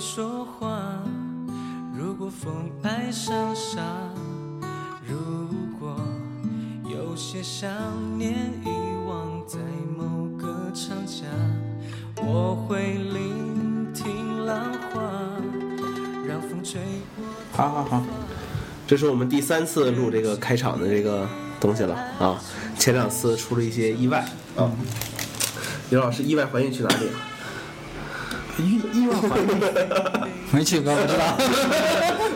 说话。如果风爱上沙，如果有些想念遗忘在某个长假，我会聆听浪花，让风吹过。好好好，这是我们第三次录这个开场的这个东西了啊，前两次出了一些意外啊。刘老师，意外怀孕去哪里了？意意外怀孕，没去过，不知 道。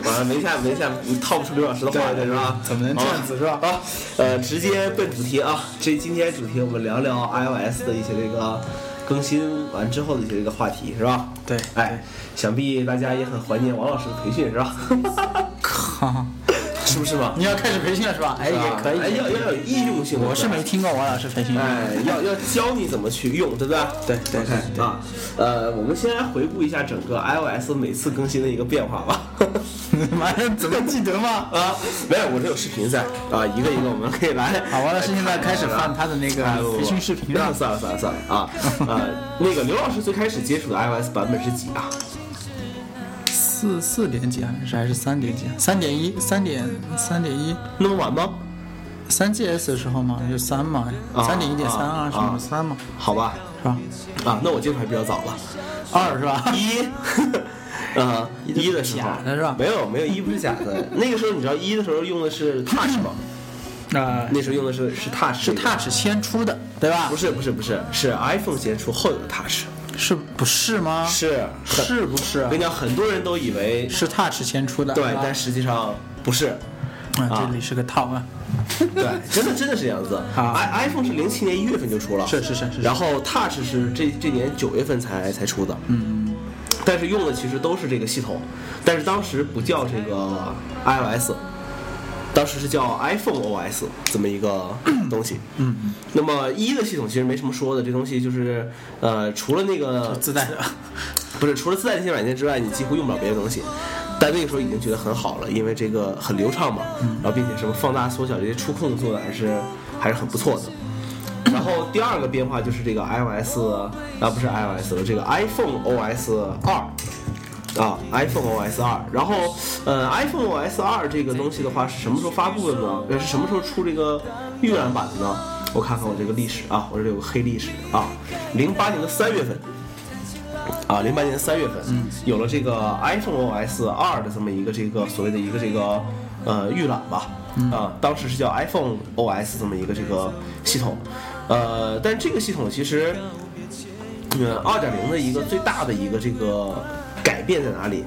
完了，没下没下，你套不出刘老师的话来是吧？怎么能这样子是吧？好，呃，直接奔主题啊！这今天主题我们聊聊 iOS 的一些这个更新完之后的一些这个话题是吧？对哎，想必大家也很怀念王老师的培训 是吧？靠，是不是嘛？你要开始培训了是吧？哎，也可哎，以。要要有易用性。我是没听过王老师培训。哎，要要教你怎么去用，对不对？对对对 OK，啊，呃，我们先来回顾一下整个 iOS 每次更新的一个变化吧。 妈呀， 怎么记得吗？啊，没有，我这有视频在啊，一个一个我们可以来。好，王老师现在开始放他的那个哎不不不培训视频那了。算了算了算了啊，呃，那个刘老师最开始接触的 iOS 版本是几啊？四四点几还是还是三点几？三点一，三点三点一，那么晚吗？三 GS 的时候嘛，就三嘛，啊三点一点三啊什啊么三嘛，好吧，是吧？啊，那我接触还比较早了，二是吧？一。啊，一 的时候假的是吧没有没有，一不是假的。那个时候你知道一的时候用的是 Touch 吗？啊，那时候用的是是 Touch，是 Touch 先出的，对吧不？是不是不是，是 iPhone 先出后有的 Touch，是不啊是吗？是很是不是我啊跟？你讲，很多人都以为是啊 Touch 先出的，对，吧但实际上不是，啊，这里是个套啊，对，真的真的是这样子。好 i iPhone 是零七年一月份就出了，是是是是是然后 Touch 是这这年九月份才才出的，嗯，但是用的其实都是这个系统，但是当时不叫这个 iOS，当时是叫 iPhone OS 这么一 个东西，嗯，那么一的系统其实没什么说的，这东西就是呃，除了那个自带的， 不是，除了自带那些软件之外，你几乎用不了别的东西。但那个时候已经觉得很好了，因为这个很流畅嘛，嗯然后并且什么放大、缩小这些触控做的还是还是很不错 的。然后第二个变化就是这个 iOS 啊，不是 iOS 了，这个 iPhone OS 二。啊，iPhone OS 二，然后，呃，iPhone OS 二这个东西的话是什么时候发布的呢？呃，是什么时候出这个预览版的呢？我看看我这个历史啊，我这里有个黑历史啊，零八年的三月份，啊，零八年三月份，有了这个 iPhone OS 二的这么一个这个所谓的一个这个呃预览吧，啊，当时是叫 iPhone OS 这么一个这个系统，呃，但这个系统其实，呃，二点零的一个最大的一个这个改变在哪里？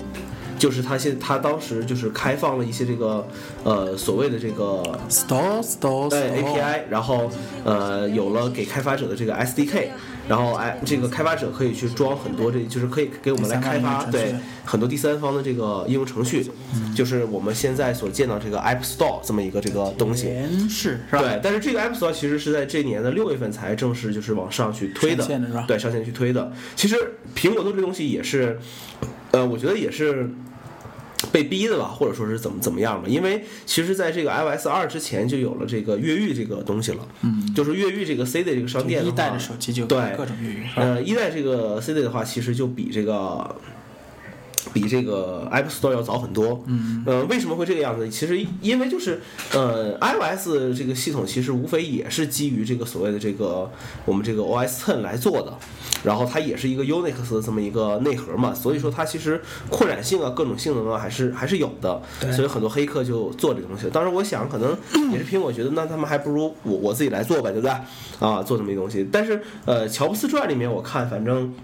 就是它现它当时就是开放了一些这个呃所谓的这个 store store 对 store， API，然后呃有了给开发者的这个 SDK，然后哎这个开发者可以去装很多这就是可以给我们来开发第三方应用程序嗯对很多第三方的这个应用程序，就是我们现在所见到这个 App Store 这么一个这个东西。原是是吧？对，但是这个 App Store 其实是在这年的六月份才正式就是往上去推的，上线的是吧对，上线去推的。其实苹果做这东西也是，呃，我觉得也是被逼的吧，或者说是怎么怎么样吧。因为其实在这个 iOS 二之前就有了这个越狱这个东西了，嗯，就是越狱这个 CD 这个商店的一话代的手机就有对各种运营，是吧？呃，一代这个 CD 的话，其实就比这个比这个 App Store 要早很多。嗯，呃，为什么会这个样子？其实因为就是呃，iOS 这个系统其实无非也是基于这个所谓的这个我们这个 OS Ten 来做的，然后它也是一个 Unix 的这么一个内核嘛，所以说它其实扩展性啊、各种性能啊还是还是有的。所以很多黑客就做这东西。当时我想，可能也是苹果觉得，那他们还不如我我自己来做呗，对不对？啊，做这么一东西。但是呃，《乔布斯传》里面我看，反正。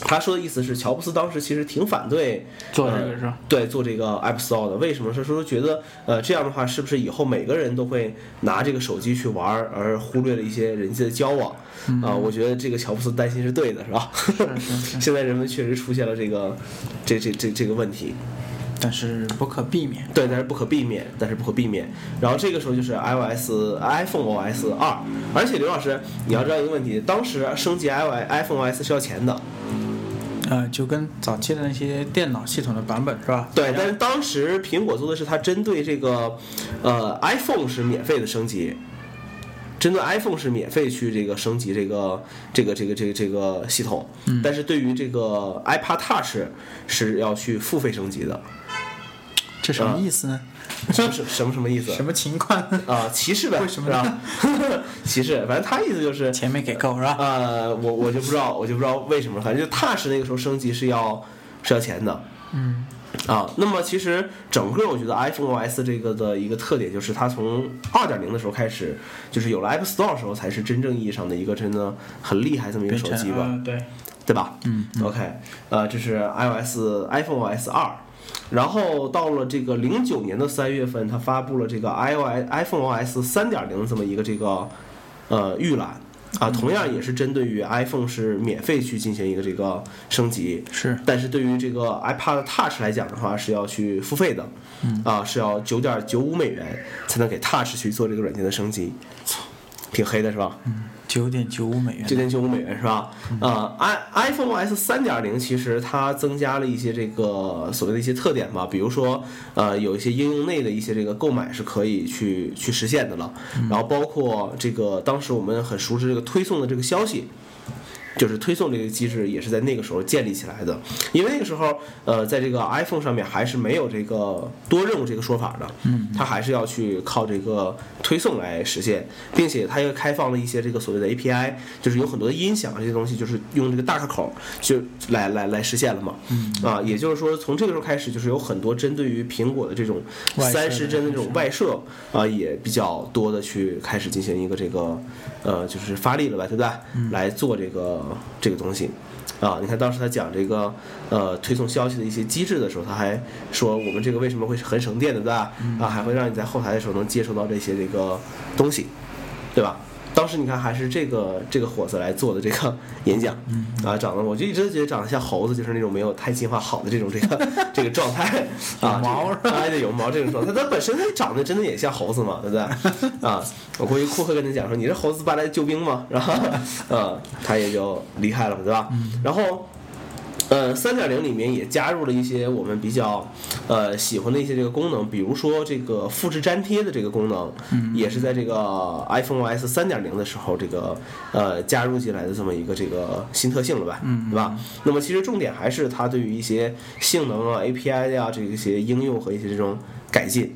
他说的意思是，乔布斯当时其实挺反对做这呃个是吧？对，做这个 App Store 的，为什么是说觉得呃这样的话，是不是以后每个人都会拿这个手机去玩儿，而忽略了一些人际的交往？啊、我觉得这个乔布斯担心是对的，是吧？ 现在人们确实出现了这个这这这这个问题。但是不可避免，对，但是不可避免，但是不可避免。然后这个时候就是 iOS iPhone OS 二，而且刘老师，你要知道一个问题，当时升级 iOS iPhone OS 是要钱的，呃，就跟早期的那些电脑系统的版本是吧？对，但是当时苹果做的是它针对这个，呃，iPhone 是免费的升级，针对 iPhone 是免费去这个升级这个这个这个这个这个系统，嗯但是对于这个 iPad Touch 是要去付费升级的。这什嗯么意思呢？什么什么什么意思？什么情况？啊，歧视呗，为什么是吧 呢？歧视，反正他意思就是，钱没给够是吧？呃，我我就不知道，我就不知道为什么，反正就 Touch 那个时候升级是要是要钱的，嗯，啊，那么其实整个我觉得 iPhone OS 这个的一个特点就是，它从二点零的时候开始，就是有了 App Store 的时候，才是真正意义上的一个真的很厉害这么一个变手成机吧，呃对，对吧？嗯，OK，呃，这是 iOS iPhone OS 二，然后到了这个零九年的三月份，它发布了这个 iOS iPhone OS 三点零这么一个这个呃预览啊，同样也是针对于 iPhone 是免费去进行一个这个升级，是但是对于这个 iPad Touch 来讲的话，是要去付费的，啊，是要九点九五美元才能给 Touch 去做这个软件的升级，挺黑的是吧？九点九五美元九。点九五美元是吧？啊、i iPhone OS 三点零其实它增加了一些这个所谓的一些特点吧，比如说呃有一些应用内的一些这个购买是可以去去实现的了，然后包括这个当时我们很熟知这个推送的这个消息。就是推送这个机制也是在那个时候建立起来的，因为那个时候，呃，在这个 iPhone 上面还是没有这个多任务这个说法的，嗯，它还是要去靠这个推送来实现，并且它又开放了一些这个所谓的 API，就是有很多的音响啊这些东西，就是用这个大开口就来来来实现了嘛，嗯，啊，也就是说从这个时候开始，就是有很多针对于苹果的这种外设三的十帧的这种外设啊，也比较多的去开始进行一个这个呃，就是发力了吧，对不对？来做这个这个东西啊。你看当时他讲这个呃推送消息的一些机制的时候，他还说我们这个为什么会很省电，对不对？啊，还会让你在后台的时候能接收到这些这个东西，对吧？当时你看还是这个这个伙子来做的这个 演讲，啊，长得我就一直觉得长得像猴子，就是那种没有太进化好的这种这个这个状态啊，有毛是吧？哎，对，有毛这种状态，他本身他长得真的也像猴子嘛，对不对？啊，我估计库克跟他讲说你是猴子搬来救兵嘛，然后啊，他也就离开了嘛，对吧？然后。呃，三点零里面也加入了一些我们比较呃喜欢的一些这个功能，比如说这个复制粘贴的这个功能，也是在这个 iPhone OS 三点零的时候，这个呃加入进来的这么一个这个新特性了吧，嗯，对吧？那么其实重点还是它对于一些性能啊、API 呀、这一些应用和一些这种改进。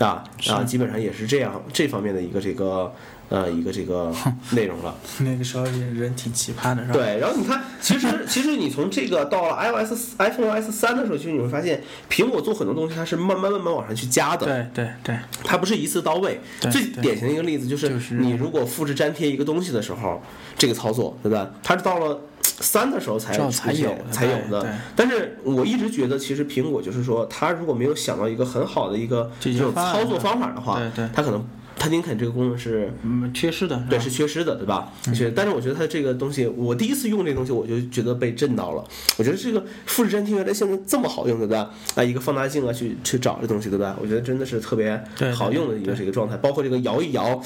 啊啊，基本上也是这样这方面的一个这个呃一个这个内容了。那个时候也人挺奇葩的是吧？，对，然后你看，其实其实你从这个到了 iOS iPhone OS 三的时候，其实你会发现，苹果做很多东西它是慢慢慢慢往上去加的，对对对，它不是一次到位。对最对典型的一个例子就，就是是你如果复制粘贴一个东西的时候，这个操作，对吧？它是到了。三的时候才这出才现有的才有对对的，但是我一直觉得，其实苹果就是说，它如果没有想到一个很好的一个解这决种方案操作方法的话对对，它可能它林肯这个功能是嗯，缺失的，对，吧是缺失的，对吧？是，但是我觉得它这个东西，我第一次用这东西，我就觉得被震到了。我觉得这个富士粘贴原来现在这么好用，对不对？啊，一个放大镜啊，去去找这东西，对不对？我觉得真的是特别对对好用的一个这个状态，包括这个摇一摇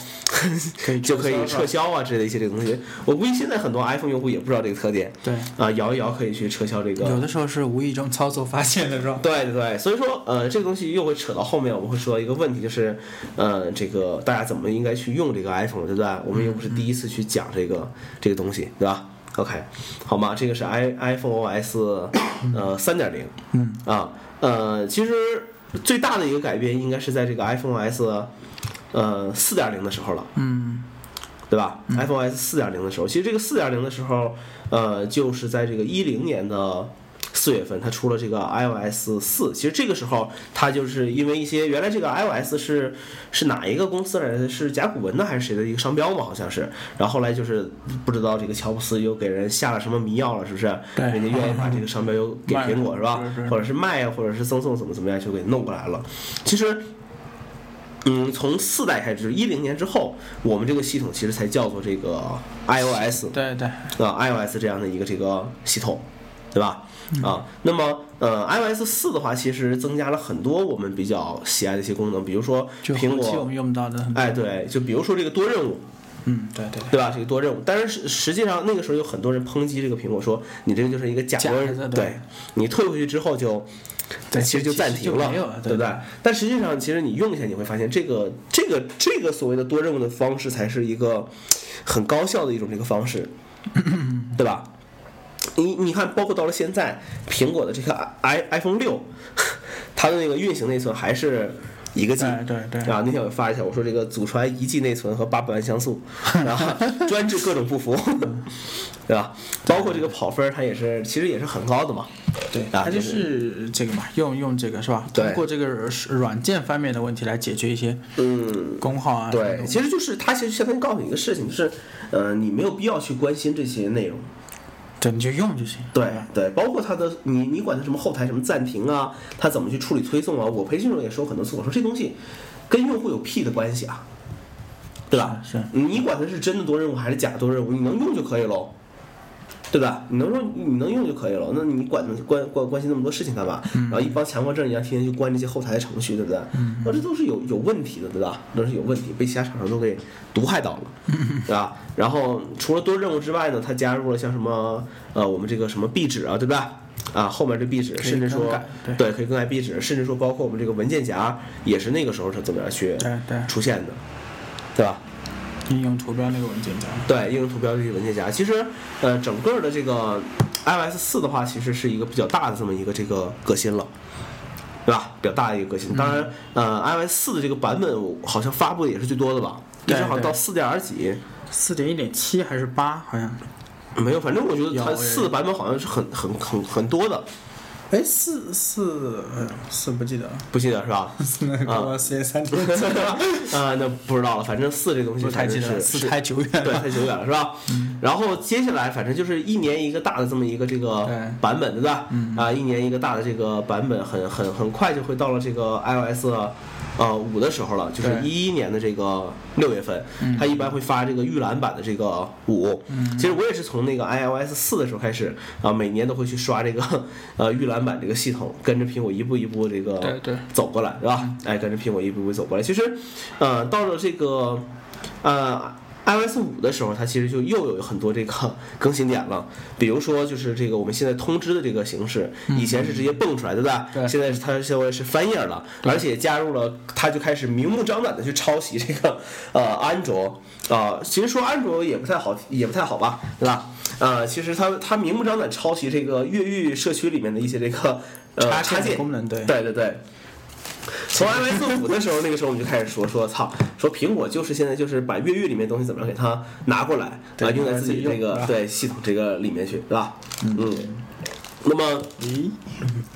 可以就可以撤销撤销啊之类的一些这个东西。我估计现在很多 iPhone 用户也不知道这个特点对，啊，摇一摇可以去撤销这个有的时候是无意中操作发现的是吧？对对对，所以说呃，这个东西又会扯到后面，我们会说到一个问题，就是呃，这个大家怎么应该去用这个 iPhone，对不对？我们又不是第一次去讲这个这个东西，对吧？OK，好吗？这个是 i iPhone OS 呃三点零，嗯啊呃，其实最大的一个改变应该是在这个 iPhone OS 呃四点零的时候了，嗯，对吧、i p h o n e OS 四点零的时候，其实这个四点零的时候，呃，就是在这个一零年的四月份，它出了这个 iOS 四。其实这个时候，它就是因为一些原来这个 iOS 是是哪一个公司来的？是甲骨文的还是谁的一个商标嘛？好像是。然后后来就是不知道这个乔布斯又给人下了什么迷药了，是不是？对人家愿意把这个商标又给卖了苹果是吧？ 是是或者是卖啊，或者是赠送怎么怎么样，就给弄过来了。其实嗯，从四代开始，一零年之后，我们这个系统其实才叫做这个 iOS 对对，啊、iOS 这样的一个这个系统，对吧？啊，那么呃，iOS 四的话，其实增加了很多我们比较喜爱的一些功能，比如说就苹后期我果，们用不到的，哎，对，就比如说这个多任务，嗯，对对对，对吧？这个多任务，但是实实际上那个时候有很多人抨击这个苹果，说你这个就是一个假假多的任，对对你退回去之后就对其实就暂停其实就没有了对对不对？但实际上，其实你用一下，你会发现这个这个这个所谓的多任务的方式，才是一个很高效的一种这个方式，对吧？你你看，包括到了现在，苹果的这个 i iPhone 六，它的那个运行内存还是一个 G，对对对啊，那天我发一下，我说这个祖传一 G 内存和八百万像素，然后专治各种不服， 对吧？包括这个跑分儿，它也是其实也是很高的嘛。对，啊它就就是这个嘛，用用这个是吧？对通过这个软件方面的问题来解决一些嗯，功耗啊。什么对，的其实就是它其实相当于告诉你一个事情，就是呃，你没有必要去关心这些内容。对，你就用就行。对吧对，包括它的你你管它什么后台什么暂停啊，它怎么去处理推送啊，我培训中也说很多次，我说这东西跟用户有屁的关系啊，对吧？是是嗯你管它是真的多任务还是假多任务，你能用就可以喽。对吧？你能用你能用就可以了，那你管关关关心那么多事情干嘛？嗯然后一帮强迫症一样，天天去关这些后台的程序，对不对？那这都是有有问题的，对吧？都是有问题，被其他厂商都给毒害到了，嗯对吧？然后除了多任务之外呢，它加入了像什么呃我们这个什么壁纸啊，对吧？啊，后面这壁纸，可以甚至说更改对对，可以更改壁纸，甚至说包括我们这个文件夹也是那个时候它怎么样去对对，出现的，对吧？应用图标那个文件夹。对，应用图标这些文件夹，其实呃，整个的这个 iOS 四的话，其实是一个比较大的这么一个这个革新了。对吧？比较大的一个革新，当然，嗯呃，iOS 四的这个版本我好像发布的也是最多的吧，一对直好像对到四点几，四点一点七还是八？好像，没有，反正我觉得有它有四的版本好像是很很很很多的，哎，四四呃四不记得了， 不记得是吧？ 那个啊我四点三点七，啊，那不知道了，反正四这东 西不太反记正得了， 是四是太久远 对，了。太久远了，是吧？嗯然后接下来反正就是一年一个大的这么一个这个对嗯版本，对吧？啊，一年一个大的这个版本，很很很快就会到了这个 iOS 呃五的时候了，就是对嗯一一年的这个六月份，它一般会发这个预览版的这个五。其实我也是从那个 iOS 四的时候开始啊，每年都会去刷这个呃预览版这个系统，跟着苹果一步一步这个对对嗯走过来，是吧？哎，跟着苹果一步一步走过来。其实，呃，到了这个呃 iOS 五的时候，它其实就又有很多这个更新点了，比如说就是这个我们现在通知的这个形式，以前是直接蹦出来，对吧？嗯对现在是它现在是翻页了，而且加入了，它就开始明目张胆的去抄袭这个呃安卓啊、其实说安卓也不太好，也不太好吧，对吧？呃，其实它它明目张胆抄袭这个越狱社区里面的一些这个 呃插插件件功能对对对对。从 iOS 五的时候，那个时候我们就开始说说，操，说苹果就是现在就是把越狱里面的东西怎么样给它拿过来，啊，对用在自己这拿个来自己用对系统这个里面去，对吧？嗯，那么咦，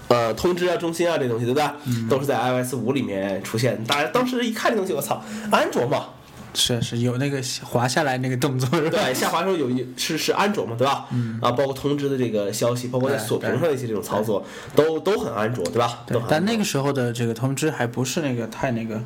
呃，通知啊、中心啊这东西，对吧？都是在 iOS 五里面出现。大家当时一看这东西，我操，安卓嘛，是是有那个滑下来那个动作是吧？对，下滑的时候有一是是安卓嘛，对吧？啊，包括通知的这个消息，包括在对锁屏上的一些这种操作，都都很安卓，对吧？都对很，安但卓那个时候的这个通知还不是那个太那个，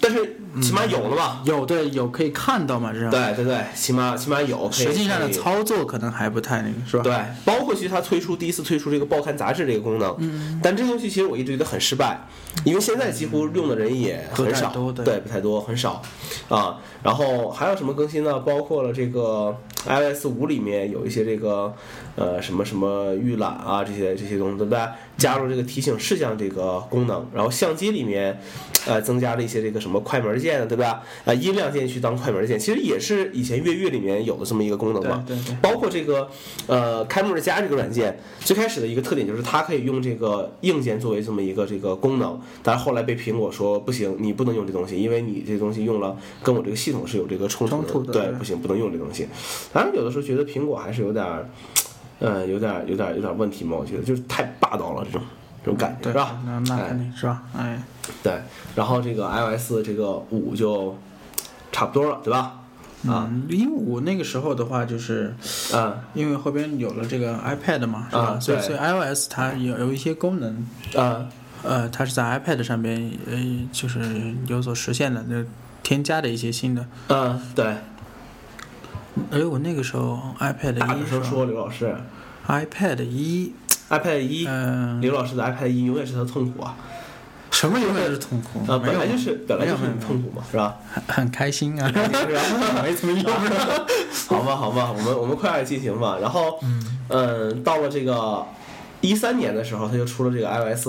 但是起码有了嘛，有对有可以看到嘛，这样。，对对对，起码起码有，可以实际上可的以操作可能还不太那个，是吧？对，包括其实它推出第一次推出这个报刊杂志这个功能，嗯但这个东西其实我一直觉得很失败，因为现在几乎用的人也很不少，太多嗯对对，不太多，很少啊。然后还有什么更新呢？包括了这个 iOS 五里面有一些这个呃什么什么预览啊这些这些东西，对不对？加入这个提醒事项这个功能，然后相机里面呃增加了一些这个什么快门键啊，对吧？啊、音量键去当快门键，其实也是以前越狱里面有的这么一个功能嘛。对对对包括这个呃开幕日加这个软件，最开始的一个特点就是它可以用这个硬件作为这么一个这个功能，但是后来被苹果说不行，你不能用这东西，因为你这东西用了跟我这个系统是有这个冲突冲突的对，对不行，不能用这东西。反正有的时候觉得苹果还是有点儿，呃，有点儿有点儿有点儿问题嘛，我觉得就是太霸道了这种这种感觉对是吧？那那哎肯定是吧？哎，对，然后这个 iOS 这个五就差不多了，对吧？啊，嗯，鹦鹉那个时候的话就是。嗯。因为后边有了这个 iPad 嘛，是吧？啊所以对所以 iOS 它有有一些功能，嗯呃，它是在 iPad 上边，呃，就是有所实现的，就添加的一些新的。嗯，对，哎，我那个时候 iPad 大一的时候说刘老师 iPad 一， iPad 一，嗯、刘老师的 iPad 一永远是他的痛苦啊，什么永远是痛苦，啊，没本有来就是本来没就有是没有很痛苦嘛，是吧？很很开心 啊，是吧？ 没怎么 用。嗯好吧，好吧，我们我们快点进行吧。然后，嗯，到了这个一三年的时候，它就出了这个 iOS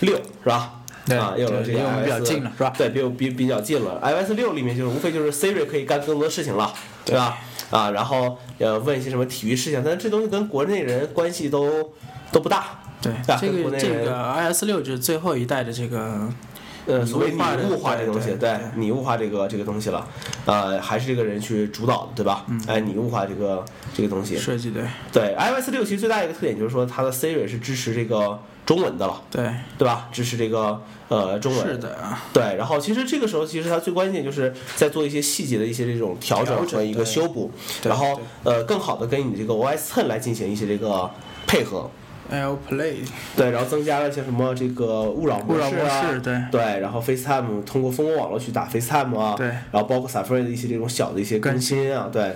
六，是吧？对啊，又有了这对个离我们 iOS 比较近了是吧对，比我比比较近了。iOS 六里面就是无非就是 Siri 可以干更多事情了，对吧？啊，然后呃问一些什么体育事情，但是这东西跟国内人关系都都不大，对啊，这跟国个内这人个 iOS 六就是最后一代的这个呃，所谓拟拟物化的对物化这东西，对对对拟物化这个这个东西了，呃，还是这个人去主导的，对吧？嗯哎，拟物化这个这个东西，设计的，对 iOS 六其实最大一个特点就是说它的 Siri 是支持这个中文的了，对，对吧？支持这个呃中文，是的啊，对，然后其实这个时候，其实它最关键就是在做一些细节的一些这种调整调整和一个对修补，对然后呃更好的跟你这个 OS 10来进行一些这个配合， L Play 对，然后增加了像什么这个勿扰模勿扰式模啊，式对对，然后 FaceTime 通过蜂窝网络去打 FaceTime 啊，对然后包括 Safari 的一些这种小的一些更新啊，对。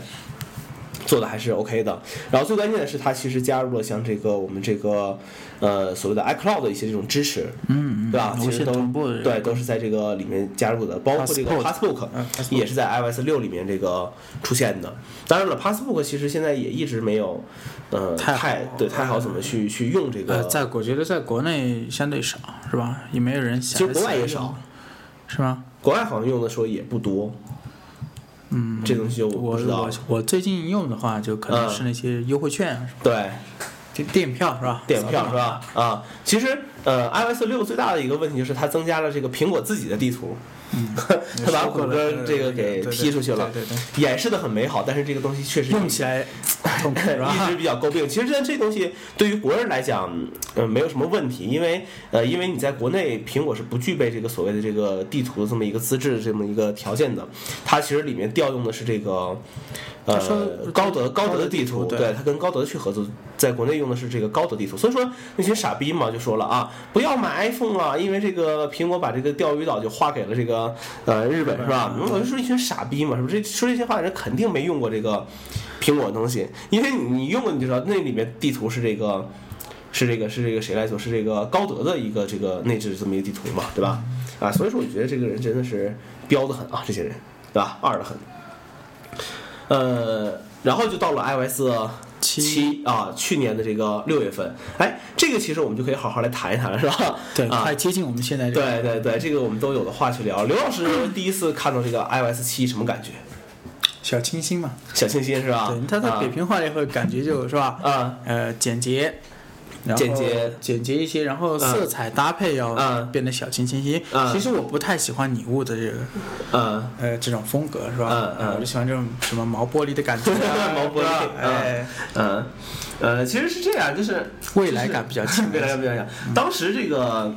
做的还是 OK 的，然后最关键的是，它其实加入了像这个我们这个呃所谓的 iCloud 的一些这种支持，嗯嗯对吧？无其实线都同步的对，都是在这个里面加入的，包括这个 Passport Passbook 嗯，Passbook 也是在 iOS 六里面这个出现的。当然了，Passbook 其实现在也一直没有呃太好嗯太对太好怎么去去用这呃，个，在我觉得在国内相对少，是吧？也没有人想。其实国外也少，是吧？国外好像用的说也不多。嗯，这东西就我不知道嗯我了。我最近用的话，就可能是那些优惠券啊，对，电电票是吧？电票是？吧？啊，其实呃，iOS 六最大的一个问题就是它增加了这个苹果自己的地图，嗯 它把谷歌这个给踢出去了对对对对对，演示的很美好，但是这个东西确实用起来痛苦是吧？一直比较诟病。其实像这东西对于国人来讲，呃，没有什么问题，因为呃，因为你在国内苹果是不具备这个所谓的这个地图这么一个资质这么一个条件的，它其实里面调用的是这个。呃它说，高德高高德德地地图，图对对它跟高德去合作，在国内用的是这个高德地图，所以说那些傻逼嘛就说了啊，不要买 iPhone 啊，因为这个苹果把这个钓鱼岛就划给了这个呃日本是吧？嗯我就说一群傻逼嘛，是不是？这说这些话的人肯定没用过这个苹果的东西，因为你你用过你就知道，那里面地图是这个是这个是这个谁来做？是这个高德的一个这个内置这么一个地图嘛，对吧？啊，所以说我觉得这个人真的是彪得很啊，这些人对吧？二的很。呃，然后就到了 iOS 七七啊，去年的这个六月份，哎，这个其实我们就可以好好来谈一谈了，是吧？对，啊快接近我们现在这个对对对，这个我们都有的话去聊。刘老师第一次看到这个 iOS 七什么感觉？小清新嘛。小清新是吧？对，它在啊扁平化了以后，感觉就是 吧？啊，呃，简洁。然后简洁简洁一些，然后色彩搭配要嗯变得小清新些。嗯其实我不太喜欢拟物的这个嗯呃这种风格是吧？嗯嗯呃我就喜欢这种什么毛玻璃的感觉、啊， 毛玻璃是吧嗯哎，嗯，呃，其实是这 样，就是未来感比较强。未来比较想，嗯当时这个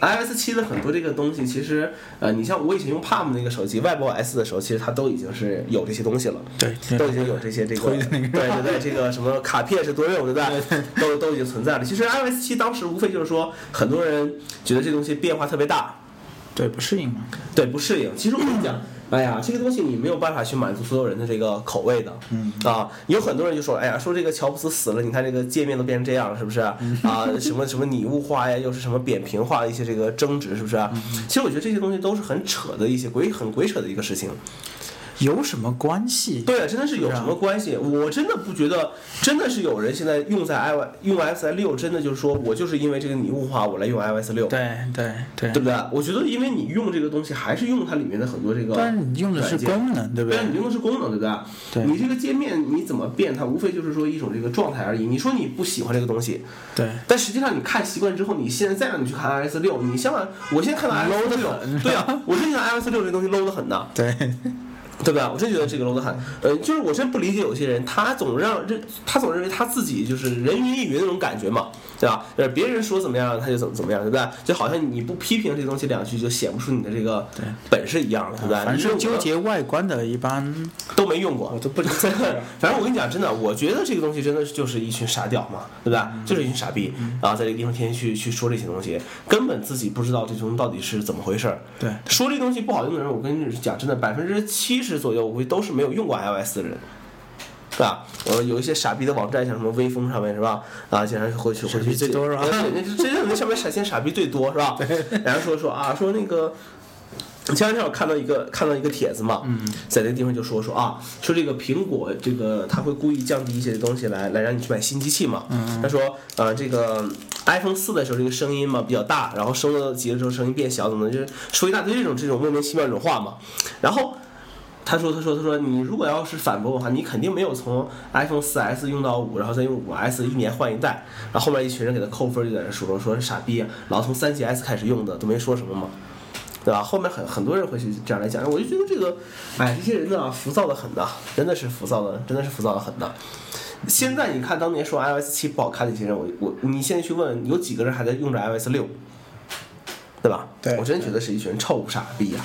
iOS 七的很多这个东西，其实呃，你像我以前用 Palm 那个手机 WebOS 的时候，其实它都已经是有这些东西了。 对，都已经有这些这个，推的那个对对对，这个什么卡片是多用，对不对？都都已经存在了。其实 iOS 七当时无非就是说，很多人觉得这东西变化特别大，对不适应嘛？对，不适应。其实我跟你讲，哎呀，这个东西你没有办法去满足所有人的这个口味的，嗯啊，有很多人就说，哎呀，说这个乔布斯死了，你看这个界面都变成这样了，是不是？ 啊，嗯什么什么拟物化呀，又是什么扁平化的一些这个争执，是不是？啊嗯其实我觉得这些东西都是很扯的一些鬼很鬼扯的一个事情。有什么关系？对，啊真的是有什啊么关系？我真的不觉得，真的是有人现在用在 i 用 iOS 六，真的就是说我就是因为这个拟物化，我来用 iOS 六。对对对对不对？我觉得，因为你用这个东西，还是用它里面的很多这个但软是件。你用的是功能，对不对啊，你用的是功能，对不对？对你这个界面你怎么变，它无非就是说一种这个状态而已。你说你不喜欢这个东西，对但实际上你看习惯之后，你现在再让你去看 iOS 六，你像我现在看到 iOS 六，对啊，我真觉得 iOS 六这东西 low 的很呐，对对对吧？我真觉得这个 low 的很。呃，就是我真不理解有些人，他总让认，他总认为他自己就是人云亦云那种感觉嘛，对吧？呃，别人说怎么样他就怎么怎么样，对不对？就好像你不批评这东西两句，就显不出你的这个对本事一样了，对不对？凡你说是我啊纠结外观的，一般都没用过，我都不理解。 反正我跟你讲，真的，我觉得这个东西真的是就是一群傻屌嘛，对吧？嗯就是一群傻逼，然后在这个地方天天去去说这些东西，根本自己不知道这东西到底是怎么回事儿。对说这东西不好用的人，我跟你讲，真的，百分之七十左右，我估计都是没有用过 iOS 的人。是吧？呃，有一些傻逼的网站，像什么微风上面是吧？啊，竟然会去会傻去逼最解多是吧对，那真正那上面闪现傻逼最多是吧？然后说说啊，说那个前两天我看到一个看到一个帖子嘛，嗯在那个地方就说说啊，说这个苹果这个它会故意降低一些东西来来让你去买新机器嗯嘛。他说呃这个 iPhone 四的时候这个声音嘛比较大，然后升到级的时候声音变小，怎么就是说一大堆这种这种莫名其妙这种话嘛。然后他说：“他说，他说，你如果要是反驳我的话，你肯定没有从 iPhone 4S 用到五，然后再用五 S 一年换一代。”然后后面一群人给他扣分，就在那说说傻逼啊，老从 3GS 开始用的，都没说什么嘛，对吧？后面很很多人会去这样来讲，我就觉得这个，哎，这些人呢，浮躁的很呐，真的是浮躁的，真的是浮躁的很呐。现在你看当年说 iOS 七不好看的一些人，我我你现在去问，有几个人还在用着 iOS 六，对吧？对我真觉得是一群臭傻逼呀、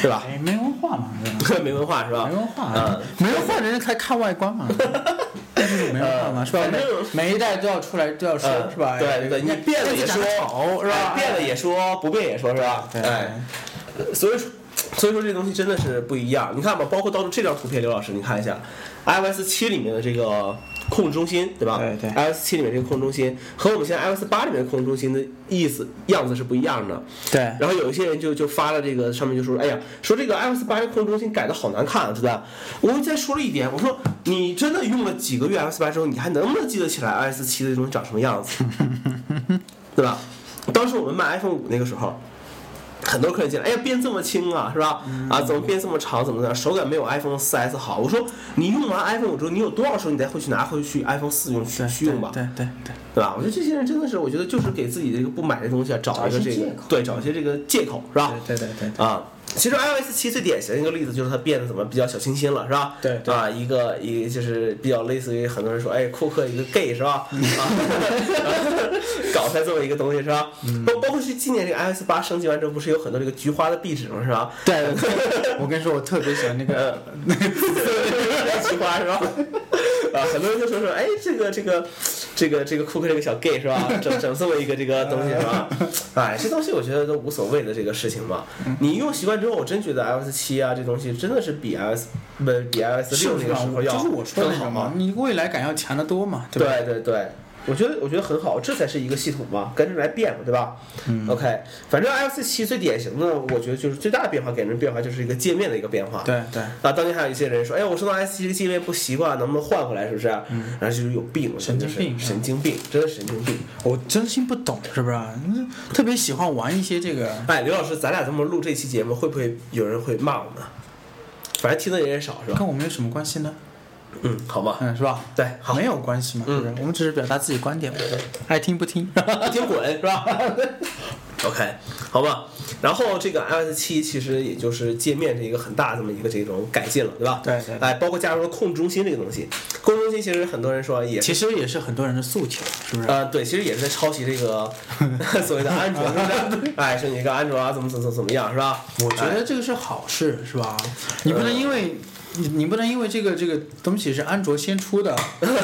对吧？哎，没文化嘛，是吧 没文化是吧？没文化，啊嗯，没文化，人家才看外观 嘛，那就是没文化嘛，是吧？嗯反正每每一代都要出来都要说，嗯是吧？哎对对，你变了也说，好，是吧？哎变了也说，不变也说，是吧？对哎，所以说。所以说这东西真的是不一样，你看吧，包括到这张图片，刘老师你看一下，iOS 七里面的这个控制中心，对吧？对对 i o s 七里面这个控制中心和我们现在 iOS 八里面的控制中心的意思样子是不一样的。对，然后有一些人就就发了这个上面就说，哎呀，说这个 iOS 八控制中心改的好难看啊，对吧？我再说了一点，我说你真的用了几个月 iOS 八之后，你还能不能记得起来 iOS 七的东西长什么 样子，对吧？当时我们卖 iPhone 五那个时候。很多客人进来，哎呀，变这么轻啊，是吧？嗯啊，怎么变这么长？怎么的？手感没有 iPhone 4S 好。我说，你用完 iPhone 五之后，你有多少时候你再会去拿回去 iPhone 四用去对去用吧？对对对，对吧？我觉得这些人真的是，我觉得就是给自己这个不买这东西啊，找一个这找一些个借口对，找一些这个借口是吧？对对对对啊，其实 iOS 七最典型的一个例子就是它变得怎么比较小清新了，是吧？对对啊，一个一就是比较类似于很多人说，哎，库克一个 gay 是吧？啊，嗯 搞出来这么一个东西是吧？包包括是今年这个 iOS 八升级完之后，不是有很多这个菊花的壁纸吗？是吧？对对，我跟你说，我特别喜欢那 个，呃 菊花是吧？ 啊，很多人就说说，哎，这个这个这个这个库克这个小 gay 是吧？ 整整这么一个这个东西是吧？哎，这东西我觉得都无所谓的这个事情嘛。嗯你用习惯之后，我真觉得 iOS 七啊这东西真的是比 iOS 不比 iOS 是六不那是个吧时候？要就是我说的那更好种嘛嘛，。你未来感要强得多嘛，对吧？对对对，我觉得我觉得很好，这才是一个系统嘛，跟着来变嘛，对吧？嗯，OK，反正 iOS 七最典型的，我觉得就是最大的变化，给人的变化就是一个界面的一个变化。对对，啊，当年还有一些人说，哎，我收到 S 七这个界面不习惯，能不能换回来？是不是？然后就是有病，嗯神经病就是神经病，真的是神经病。我真心不懂，是不是？嗯特别喜欢玩一些这个，哎，刘老师，咱俩这么录这期节目，会不会有人会骂我们啊？反正听的人也少，是吧？跟我们有什么关系呢？嗯，好吧，嗯，是吧？对，好没，有关系嘛，是不是？我们只是表达自己观点嘛，爱听不听。 听滚，是吧？OK，好吧。然后这个 iOS 七其实也就是界面这一个很大这么一个这种改进了，对吧？对对对哎，包括加入了控制中心这个东西，控制中心其实很多人说也是 其实也是很多人的诉求，是不是？呃，对，其实也是在抄袭这 个所谓的安卓，是不是？哎，说你这个安卓啊，怎么怎么怎么样，是吧？哎我觉得这个是好事，是吧？你不能因为你你不能因为这个这个东西是安卓先出的，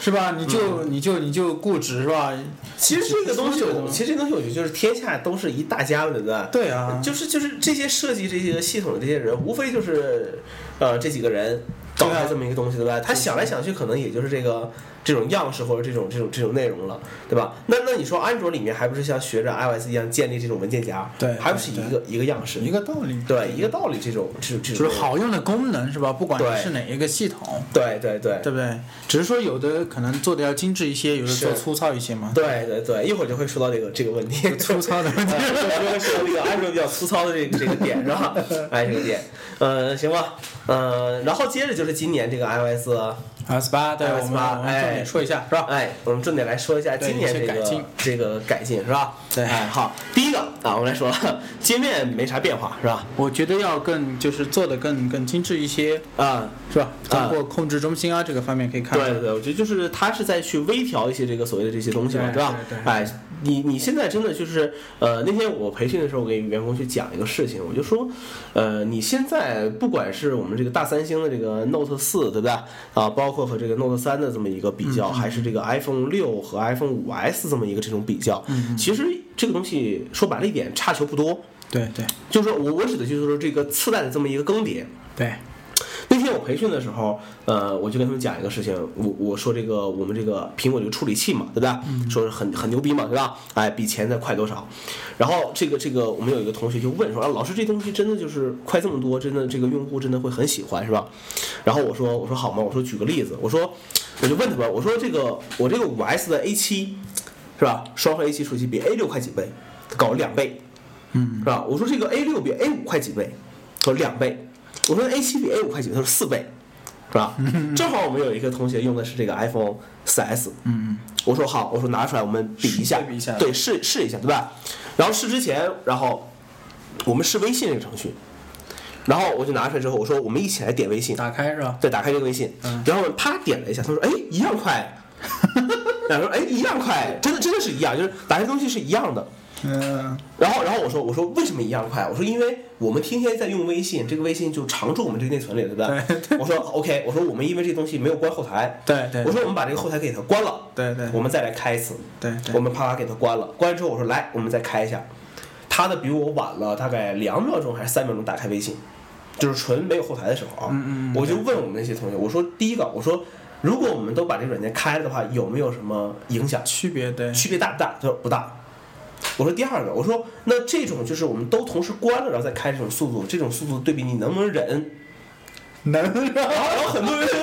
是吧？你就你就你就固执是吧？其实这个东西这个我，东西其实这个东西，我觉得就是天下都是一大家子，对不对？对啊，就是就是这些设计这些系统的这些人，无非就是呃这几个人搞对啊出来这么一个东西，对吧？他想来想去，可能也就是这个这种样式或者这种这种这种内容了，对吧？那那你说安卓里面还不是像学着 iOS 一样建立这种文件夹？对还不是对一个一个样式？一个道理，对，一个道理，这种这种这就种是内容。好用的功能是吧？不管对你是哪一个系统，对对对。对不对？只是说有的可能做的要精致一些，有的是做粗糙一些嘛。 对对对，一会儿就会说到这个这个问题，粗糙的问题 呃就会说到这个安卓比较粗糙的这个这个点是 吧？哎，这个点，呃，行吧，呃，然后接着就是今年这个 iOS， ，iOS 八，对，我 iOS 们八我们重哎点说一下，是吧？哎，我们重点来说一下对今年这一些改个进这个改进是吧？对哎，好，第一个啊，我们来说了， 界面没啥变化是吧？我觉得要更就是做的更更精致一些，啊、是吧？包括控制中心啊这个方面可以看。对对对，我觉得就是他是在去微调一些这个所谓的这些东西嘛，对吧对？对哎，你你现在真的就是呃，那天我培训的时候，我给员工去讲一个事情，我就说，呃，你现在不管是我们这个大三星的这个 Note 四，对不对？啊，包括和这个 Note 三的这么一个比嗯较，还是这个 iPhone 六和 iPhone 五 S 这么一个这种比较，嗯其实这个东西说白了一点，差球不多。对对就是我我指的就是说这个次代的这么一个更迭，对那天我培训的时候，呃，我就跟他们讲一个事情，我我说这个我们这个苹果这个处理器嘛，对吧？说是很很牛逼嘛，对吧？哎，比钱的快多少？然后这个这个我们有一个同学就问说，啊，老师这东西真的就是快这么多，真的这个用户真的会很喜欢是吧？然后我说我说好吗？我说举个例子，我说我就问他们，我说这个我这个五 S 的 A 七是吧？双核 A 七处理器比 A 六快几倍？搞了两倍。嗯是吧？我说这个 A 六比 A 五快几倍？他说两倍。我说 A 七比 A 五快几倍？他说四倍，是吧？正好我们有一个同学用的是这个 iPhone 4 S，嗯，我说好，我说拿出来我们比一下，对比一下对，试试一下，对吧？然后试之前，然后我们试微信这个程序，然后我就拿出来之后，我说我们一起来点微信，打开是吧？对，打开这个微信，嗯然后我们啪点了一下，他说哎一样 快，然后说哎一样快，真的真的是一样，就是打开东西是一样的，嗯，然后，然后我说，我说为什么一样快？我说因为我们天天在用微信，这个微信就常驻我们这个内存里，对不对？我说 OK，我说我们因为这东西没有关后台，对对我说我们把这个后台给它关了，对对我们再来开一次，对我对，们啪啪给它关了，关了之后我说来，我们再开一下，他的比我晚了大概两秒钟还是三秒钟打开微信，就是纯没有后台的时候啊，嗯嗯嗯我就问我们那些同学，我说第一个，我说如果我们都把这个软件开了的话，有没有什么影响？区别对，区别大不大？他说不大。我说第二个，我说那这种就是我们都同时关了，然后再开这种速度，这种速度对比你能不能忍？能然后 然后很多人说，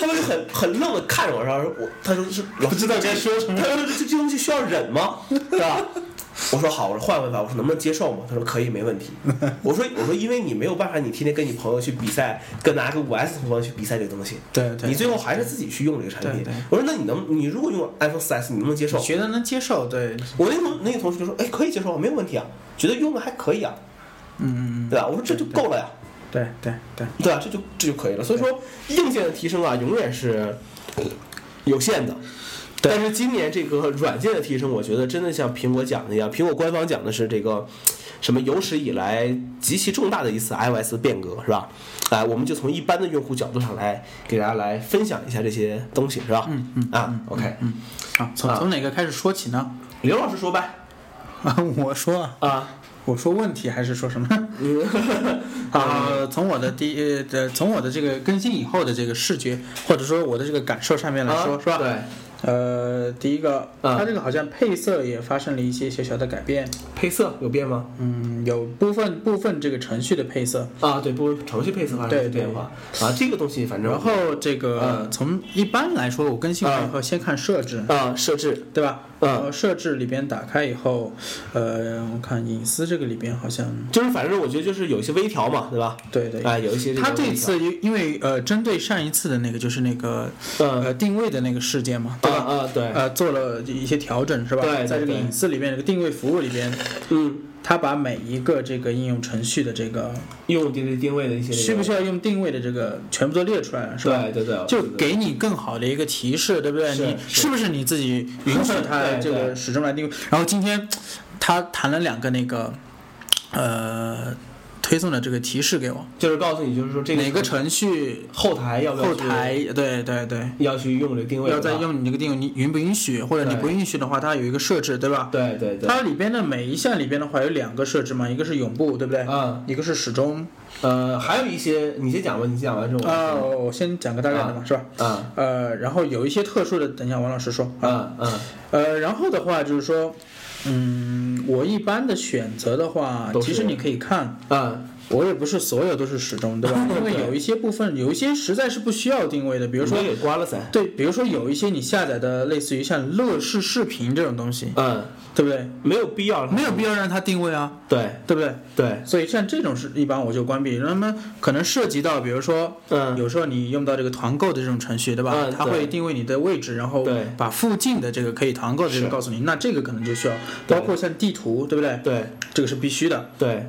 他们就很很愣的看着我，然后我他说是老不师知道该说什么他说这这这东西需要忍吗？是吧？ 我说好，我说换个问法，我说能不能接受吗？他说可以，没问题。我说我说因为你没有办法，你天天跟你朋友去比赛，跟拿个五 S 同学去比赛这个东西，对对，你最后还是自己去用这个产品对对。我说那你能，你如果用 iPhone 4S，你能不能接受你？觉得能接受对，我那同那个同事就说，哎，可以接受啊，没有问题啊，觉得用的还可以啊，嗯嗯嗯，对吧？我说这就够了呀，对对对，对吧？这就这就可以了。所以说，硬件的提升啊，永远是呃有限的。对但是今年这个软件的提升，我觉得真的像苹果讲的一样，苹果官方讲的是这个什么有史以来极其重大的一次 iOS 变革，是吧？哎，我们就从一般的用户角度上来给大家来分享一下这些东西，是吧？嗯嗯啊，OK，啊，从从哪个开始说起呢？ 刘老师说呗，啊，我说啊，啊，我说问题还是说什么？ 啊，从我的第一呃，从我的这个更新以后的这个视觉，或者说我的这个感受上面来说，啊是吧？对。呃，第一个，嗯它这个好像配色也发生了一些小小的改变。配色有变吗？嗯，有部分部分这个程序的配色，啊，对，不程序配色发生一些对对变化啊，这个东西反正然后这个、嗯从一般来说，我更新完以后先看设置，啊设置对吧？嗯然后设置里边打开以后，呃，我看隐私这个里边好像，就是反正我觉得就是有一些微调嘛，对吧？对对。哎，有一些个它这微调次因因为呃，针对上一次的那个就是那个嗯呃定位的那个事件嘛，对啊吧？啊对呃，做了一些调整是吧？对对在这个对隐私里面，这个定位服务里边，嗯，它把每一个这个应用程序的这个用这个定位的一些需不需要用定位的这个全部都列出来了，是吧？对对对，就给你更好的一个提示，对不对？是你是是不是你自己允许它对这个对始终来定位？然后今天他谈了两个那个呃推送的这个提示给我，就是告诉你，就是说这个哪个程序后台要不要后去台对对对。要去用这个定位，要对再吧用你这个定位，你允不允许，或者你对不允许的话，它有一个设置，对吧？对对对，它里边的每一项里边的话有两个设置嘛，一个是永不，对不对？嗯一个是始终。呃，还有一些你先讲吧，你讲完之后我啊，我我先讲个大概的嘛，啊是吧？啊呃，然后有一些特殊的，等一下王老师说啊。啊呃，然后的话就是说，嗯，我一般的选择的话都，是其实你可以看，啊我也不是所有都是始终， 对吧？因为对有一些部分，有一些实在是不需要定位的，比比如说。给关了噻，对，比如说有一些你下载的类似于像乐视视频这种东西，嗯，对不对？没有必要，没有必要让它定位啊，对对不对？对，所以像这种是一般我就关闭。那么可能涉及到，比如说，嗯有时候你用到这个团购的这种程序，对吧？嗯它对会定位你的位置，然后对把附近的这个可以团购的这是个告诉你。那这个可能就需要，对包括像地图，对不对？对这个是必须的。对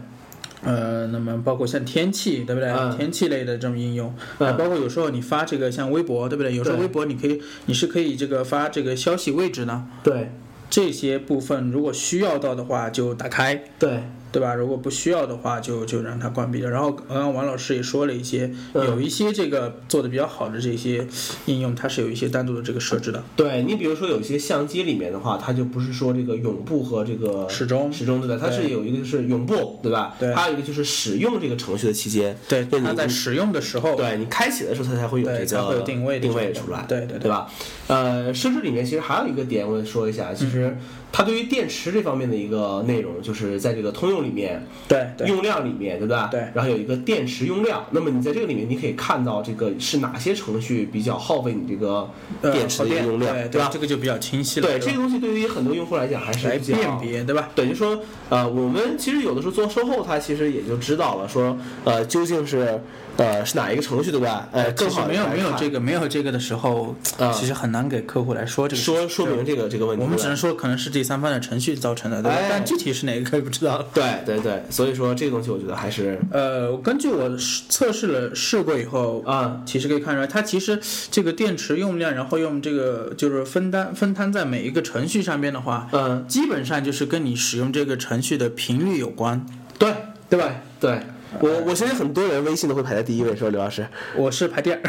呃，那么包括像天气，对不对？嗯天气类的这种应用，嗯还包括有时候你发这个像微博，对不对？有时候对微博你可以，你是可以这个发这个消息位置呢，对这些部分如果需要到的话就打开，对，对吧？如果不需要的话就就让它关闭掉。然后刚刚王老师也说了一些，嗯有一些这个做的比较好的这些应用，它是有一些单独的这个设置的。对你比如说有些相机里面的话，它就不是说这个永步和这个时钟时钟对吧？它是对有一个是永步对吧？对还有一个就是使用这个程序的期间，对，就你它在使用的时候，对你开启的时候，它才会有这对个才会有定位的定位这种出来，对对对对吧？呃，设置里面其实还有一个点，我也说一下，其实嗯它对于电池这方面的一个内容，就是在这个通用里面对对用量里面，对吧？对然后有一个电池用量，那么你在这个里面，你可以看到这个是哪些程序比较耗费你这个呃电耗池的一个电用量，对吧这？个就比较清晰了。对吧这个东西，对于很多用户来讲还是来比较辨别，对吧？对，就说呃，我们其实有的时候做售后，他其实也就知道了说，呃究竟是呃是哪一个程序对吧？呃，更其实好地没有来没有看这个没有这个的时候啊，其实很难给客户来说这个。说说明这个这个问题，我们只能对说可能是第三方的程序造成的，对吧哎但具体是哪个可以不知道了。吧对对对，所以说这个东西我觉得还是呃，根据我试测试了试过以后，啊其实可以看出来，它其实这个电池用量，然后用这个就是分担分摊在每一个程序上边的话，嗯基本上就是跟你使用这个程序的频率有关。对对吧？对我我相信很多人微信都会排在第一位，说刘老师，我是排第 二，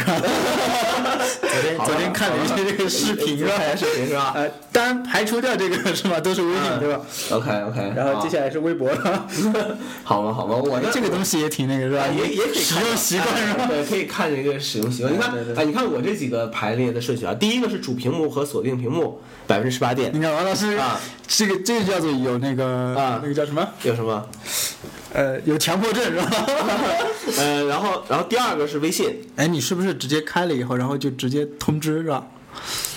昨天好了昨天看了一些这个视频是吧？排视 频是吧呃，当然排除掉这个是吧？都是微信、嗯对吧？ ？OK OK，然后接下来是微博 了，好吗好吗？啊我的啊这个东西也挺那个是吧？也也可以使看哎用习惯是吧？对，可以看这个使用习惯。你看，对对哎，你看我这几个排列的顺序啊，第一个是主屏幕和锁定屏幕，百分之十八点你，看王老师啊，这个这个叫做有那个啊那个叫什么？有什么？呃，有强迫症是吧？ 呃，然后然后第二个是微信哎，你是不是直接开了以后，然后就直接通知是吧？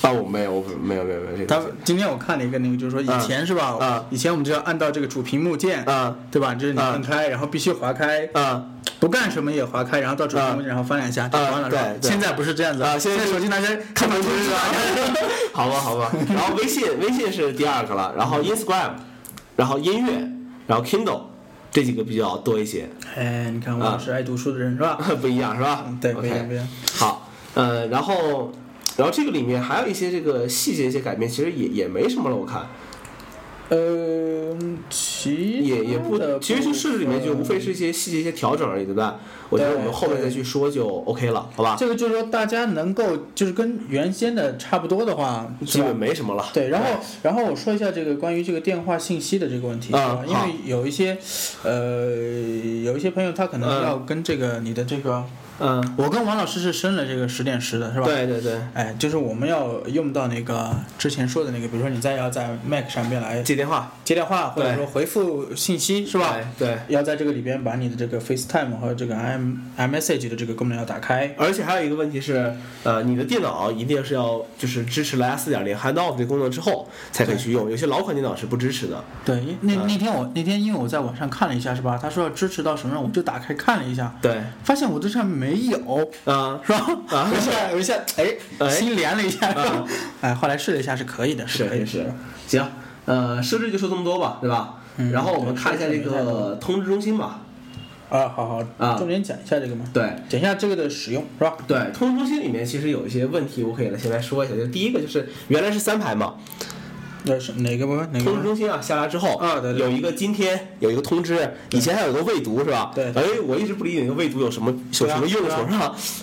啊，我没有，我不没有没有没有这他个今天我看了一个那个，就是说啊以前是吧？啊以前我们就要按到这个主屏幕键，啊对吧？就是你啊按开，然后必须划开，啊。不干什么也划开，然后到主屏幕，啊然后翻两下就完了。是吧对对现在不是这样子啊现在在手机拿起来看通知啊。 好吧，好吧。然后微信，微信是第二个了，然后 Instagram，然后音乐，然后 Kindle，这几个比较多一些，哎，你看我是爱读书的人是吧？不一样是吧 嗯？对，不一样啊 OK 不一样。好，呃，然后，然后这个里面还有一些这个细节一些改变，其实也也没什么了，我看呃，其他也也不的，其实就设置里面就无非是一些细节一些调整而已，对吧？我觉得我们后面再去说就 OK 了，好吧？这个就是说大家能够就是跟原先的差不多的话，基是吧本没什么了。对，然后然后我说一下这个关于这个电话信息的这个问题，啊是吧因好为有一些呃有一些朋友他可能嗯要跟这个你的这个，嗯，我跟王老师是升了这个十点十的是吧？。对对对，哎，就是我们要用到那个之前说的那个，比如说你再要在 Mac 上面来接电话接电话，或者对说回复信息，是是吧？？对。要在这个里边把你的这个 FaceTime 和这个 M iMessage 的这个功能要打开。而且还有一个问题是，呃，你的电脑一定是要就是支持蓝牙四点零 Handoff 这功能之后才可以去用，有些老款电脑是不支持的。对，因那啊那天我那天因为我在网上看了一下，是吧？他说要支持到什么，我就打开看了一下，对，发现我这上面没有，啊、是吧？啊我一下我一下哎哎，心凉了一下，啊哎，后来试了一下是可以的，是可以是的是，行，呃，设置就说这么多吧，对吧？嗯然后我们对看一下这设置没太个多通知中心吧。啊，好好啊重点讲一下这个嘛，对讲一下这个的使用，是吧？对，通知中心里面其实有一些问题，我可以来先来说一下。就第一个就是原来是三排嘛，那是哪个部分？哪个通部知分？中心啊下来之后，啊对对有一个今天有一个通知，以前还有个未读是吧？对哎，我一直不理解那个未读有什么有什么用对处啊是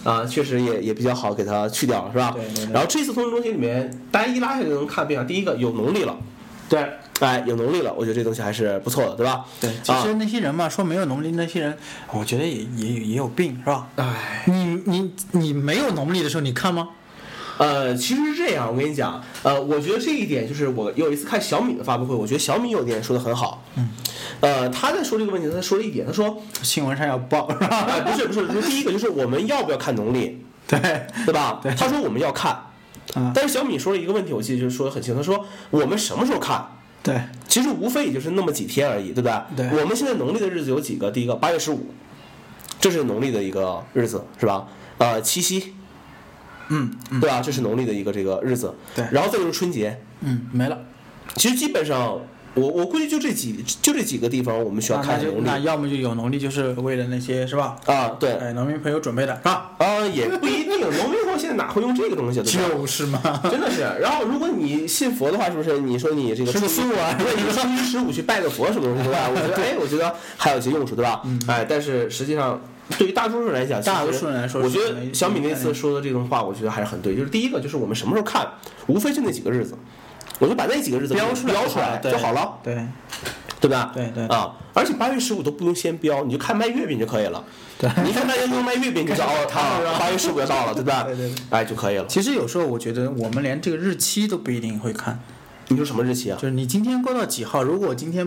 吧？啊，确实也也比较好给它去掉了是吧？对对对然后这次通知中心里面，大家一拉下来就能看变化。第一个有能力了，对哎，有能力了，我觉得这东西还是不错的，对吧？对，其啊实那些人嘛，说没有农历那些人，我觉得也也也有病，是吧？哎。你你你没有农历的时候，你看吗？呃，其实是这样，我跟你讲，呃，我觉得这一点就是我有一次看小米的发布会，我觉得小米有一点说的很好，嗯，呃，他在说这个问题，他说了一点，他说，新闻上要报，是吧？ 哎、不是不是，就是第一个就是我们要不要看农历，对，对吧？对他说我们要看，啊，但是小米说了一个问题，我记得就是说的很清，他说我们什么时候看？对其实无非也就是那么几天而已，对吧？对我们现在农历的日子有几个？第一个八月十五，这是农历的一个日子，是吧？呃，七夕，嗯嗯对吧？这是农历的一个这个日子，对然后再就是春节，嗯，没了。其实基本上我我估计就这几就这几个地方我们需要啊那那看就能那力要么就有能力，就是为了那些是吧？啊，对哎，农民朋友准备的是吧？啊，也不一定，农民工现在哪会用这个东西，对岂吧？有不是 吗？真的是。然后，如果你信佛的话，是不是？你说你这个吃个初素啊对，你初一十五去拜个佛什么东西，对 吧？我觉得，哎，我觉得还有一些用处，对吧？哎，但是实际上，对于大多数人来讲，嗯大多其实数人来说我是觉没得小米那次说的这种话，我觉得还是很对。就是第一个，就是我们什么时候看，无非就那几个日子，我就把那几个日子标出出来来标出来对就好了，对对吧？对对啊，而且八月十五都不用先标，你就看卖月饼就可以了。对。你看大家用卖月饼就知道哦， 啊八月十五要到了，对吧？对对对哎，就可以了。其实有时候我觉得我们连这个日期都不一定会看，你说什么日期啊就？是你今天过到几号，如果今天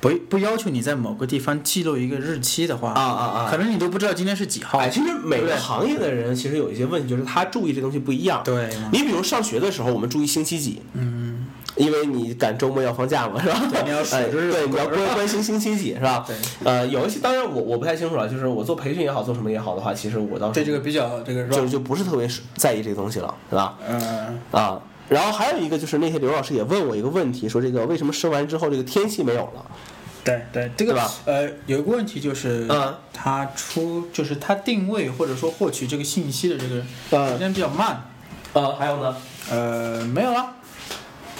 不不要求你在某个地方记录一个日期的话，啊啊啊可能你都不知道今天是几号。哎，其实每对不个对行业的人其实有一些问题，就是他注意这东西不一样。对你比如上学的时候，我们注意星期几，嗯，因为你赶周末要放假嘛，是吧？对你要数哎着日子对，你过要是吧关关心星期几，是吧？对。呃，有一些当然我我不太清楚了，就是我做培训也好，做什么也好的话，其实我倒对是这个比较这个是就吧？就不是特别在意这个东西了，是吧？嗯，啊。然后还有一个就是那天刘老师也问我一个问题，说这个为什么生完之后这个天气没有了？对对，这对个吧呃有一个问题就是嗯，它出就是它定位或者说获取这个信息的这个嗯时间比较慢。呃，还有呢？呃，没有了，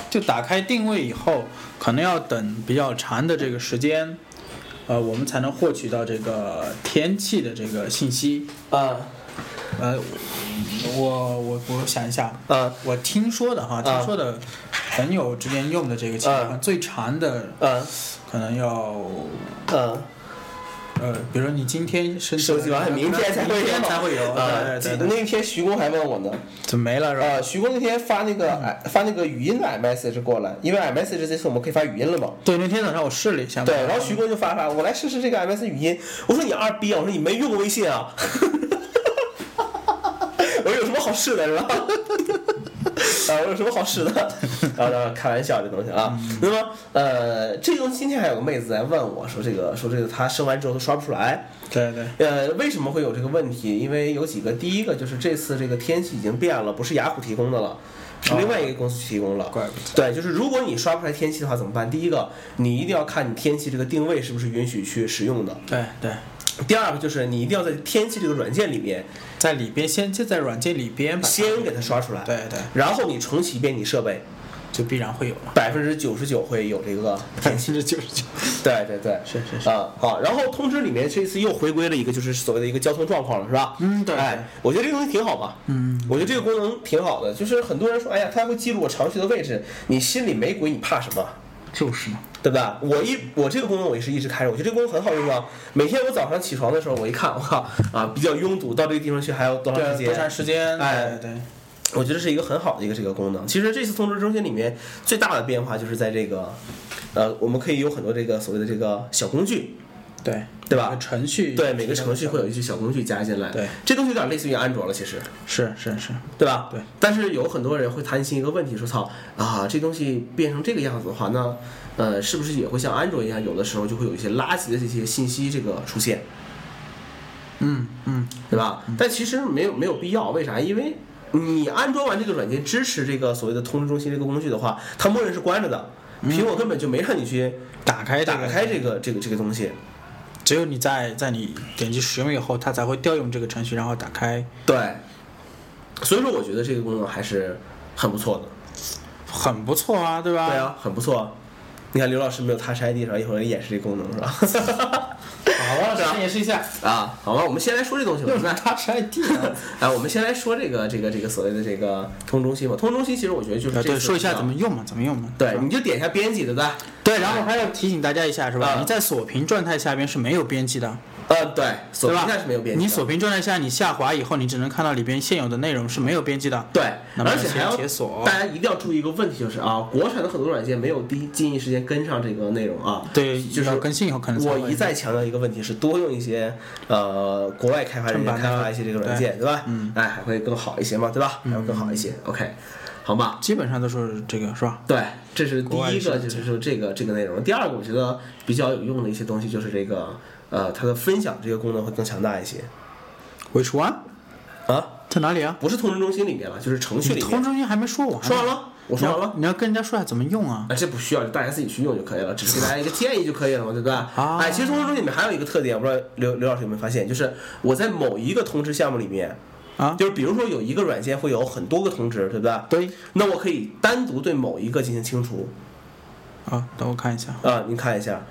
就打开定位以后，可能要等比较长的这个时间，呃，我们才能获取到这个天气的这个信息。呃呃，我我我想一下，呃我听说的哈，听说的朋友之间用的这个情况，嗯最长的呃可能要。呃，呃，比如说你今天申请手机完，明天才会有，明天才会有，呃，对对对，那天徐工还问我呢，怎么没了是吧？呃，徐工那天发那个哎发那个语音的 iMessage 过来，因为 iMessage 这次我们可以发语音了嘛。对，那天早上我试了一下嘛，对，然后徐工就发发，我来试试这个 MS 语音。我说你二逼啊，我说你没用过微信啊， 我说有什么好试的，是吧？ 啊，我有什么好试的？ 然后当然开玩笑这东西啊。那么呃，这个今天还有个妹子来问我说这个说这个她生完之后都刷不出来，对对，呃，为什么会有这个问题？因为有几个，第一个就是这次这个天气已经变了，不是雅虎提供的了。是另外一个公司提供了，怪不得对，就是如果你刷不出来天气的话怎么办？第一个，你一定要看你天气这个定位是不是允许去使用的；对对，第二个就是你一定要在天气这个软件里面在里边先就在软件里边吧，先给它刷出来，对对，然后你重启一遍你设备，就必然会有了，百分之九十九会有这个百分之九十九， 对对对，是是是啊、好，然后通知里面这次又回归了一个就是所谓的一个交通状况了，是吧？嗯对哎，我觉得这个东西挺好吧。嗯，我觉得这个功能挺好的，就是很多人说，哎呀，它会记录我常去的位置，你心里没鬼，你怕什么？就是嘛，对吧？我一我这个功能我也是一直开着，我觉得这个功能很好用啊。每天我早上起床的时候，我一看，我靠啊，比较拥堵，到这个地方去还有啊多长对，时间？多长时间？哎对对，我觉得是一个很好的一个这个功能。其实这次通知中心里面最大的变化就是在这个，呃，我们可以有很多这个所谓的这个小工具，对对吧每个程序对，每个程序会有一些小工具加进来。对，这东西有点类似于安卓了，其实，是是是，对吧？对。但是有很多人会担心一个问题，说操啊，这东西变成这个样子的话，那呃，是不是也会像安卓一样，有的时候就会有一些垃圾的这些信息这个出现，嗯嗯，对吧？但其实没有没有必要，为啥？因为你安装完这个软件支持这个所谓的通知中心这个工具的话，它默认是关着的，嗯苹果根本就没让你去打开打开个，这个这个这个东西。只有你在在你点击使用以后，它才会调用这个程序，然后打开，对，所以说我觉得这个功能还是很不错的。很不错啊，对吧？对，啊，很不错。你看刘老师没有 Touch ID 上，一会儿演示这功能是吧？好，王老师演示一下， 啊，好吧，我们先来说这东西吧用。什么 Touch ID 啊？哎，我们先来说这个这个这个所谓的这个通中心吧。通中心其实我觉得就是啊这对，次说一下比较怎么。用嘛，怎么用嘛？对是，吧你就点一下编辑，对吧？对，然后还要提醒大家一下，是吧？嗯你在锁屏状态下边是没有编辑的，呃，对，锁对吧？屏但是没有编辑的。你锁屏状态下，你下滑以后，你只能看到里边现有的内容是没有编辑的。对，那么而且还要先解锁大家一定要注意一个问题，就是啊，国产的很多软件没有第一第一时间跟上这个内容啊。对，就是要更新以后可能才会我一再强调一个问题是，多用一些呃国外开发人正员版的开发一些这个软件，对吧？嗯，哎，还会更好一些嘛，对吧？还会更好一些。OK，好嗯吧。基本上都是这个，是吧？对，这是第国外一个，设计就是说这个这个内容。第二个，我觉得比较有用的一些东西就是这个呃，它的分享这个功能会更强大一些 Which one？啊，在哪里啊？不是通知中心里面了，就是程序你里通面。知中心还没说完。说完。了，我你说完要了。你要跟人家说下怎么用啊？啊，这不需要，大家自己去用就可以了，只是给大家一个建议就可以了嘛，对吧？啊哎，其实通知书里面还有一个特点，我不知道刘刘老师有没有发现，就是我在某一个通知项目里面，啊，就是比如说有一个软件会有很多个通知，对不对？对那我可以单独对某一个进行清除啊，等我看一下，啊，您看一下，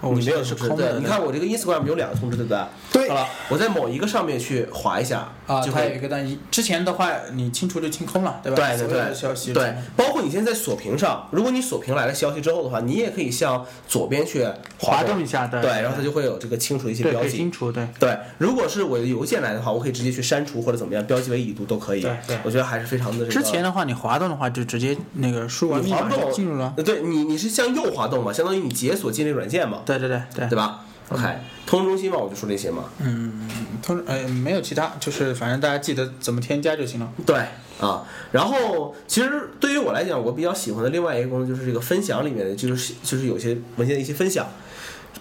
哦、你没有是通知空对的，你看我这个 Instagram 有两个通知，对不对？对好了，我在某一个上面去划一下啊，就它可有一以。个单一，之前的话你清除就清空了，对吧？对所对有的消对息对，包括你现在在锁屏上，如果你锁屏来了消息之后的话，你也可以向左边去滑动动一下，对对，然后它就会有这个清除一些对标可以记清。除，对对，如果是我的邮件来的话，我可以直接去删除或者怎么样，标记为已读都可以。对对我觉得还是非常的这个。之前的话，你滑动的话就直接那个输入完你密滑码不就动，呃进入了。对你，你是向右滑动嘛，相当于你解锁建立软件嘛，对对对对对，吧？OK，通知中心嘛，我就说这些嘛。嗯，通呃没有其他，就是反正大家记得怎么添加就行了。对啊，然后其实对于我来讲，我比较喜欢的另外一个功能就是这个分享里面的，就是就是有些文件的一些分享。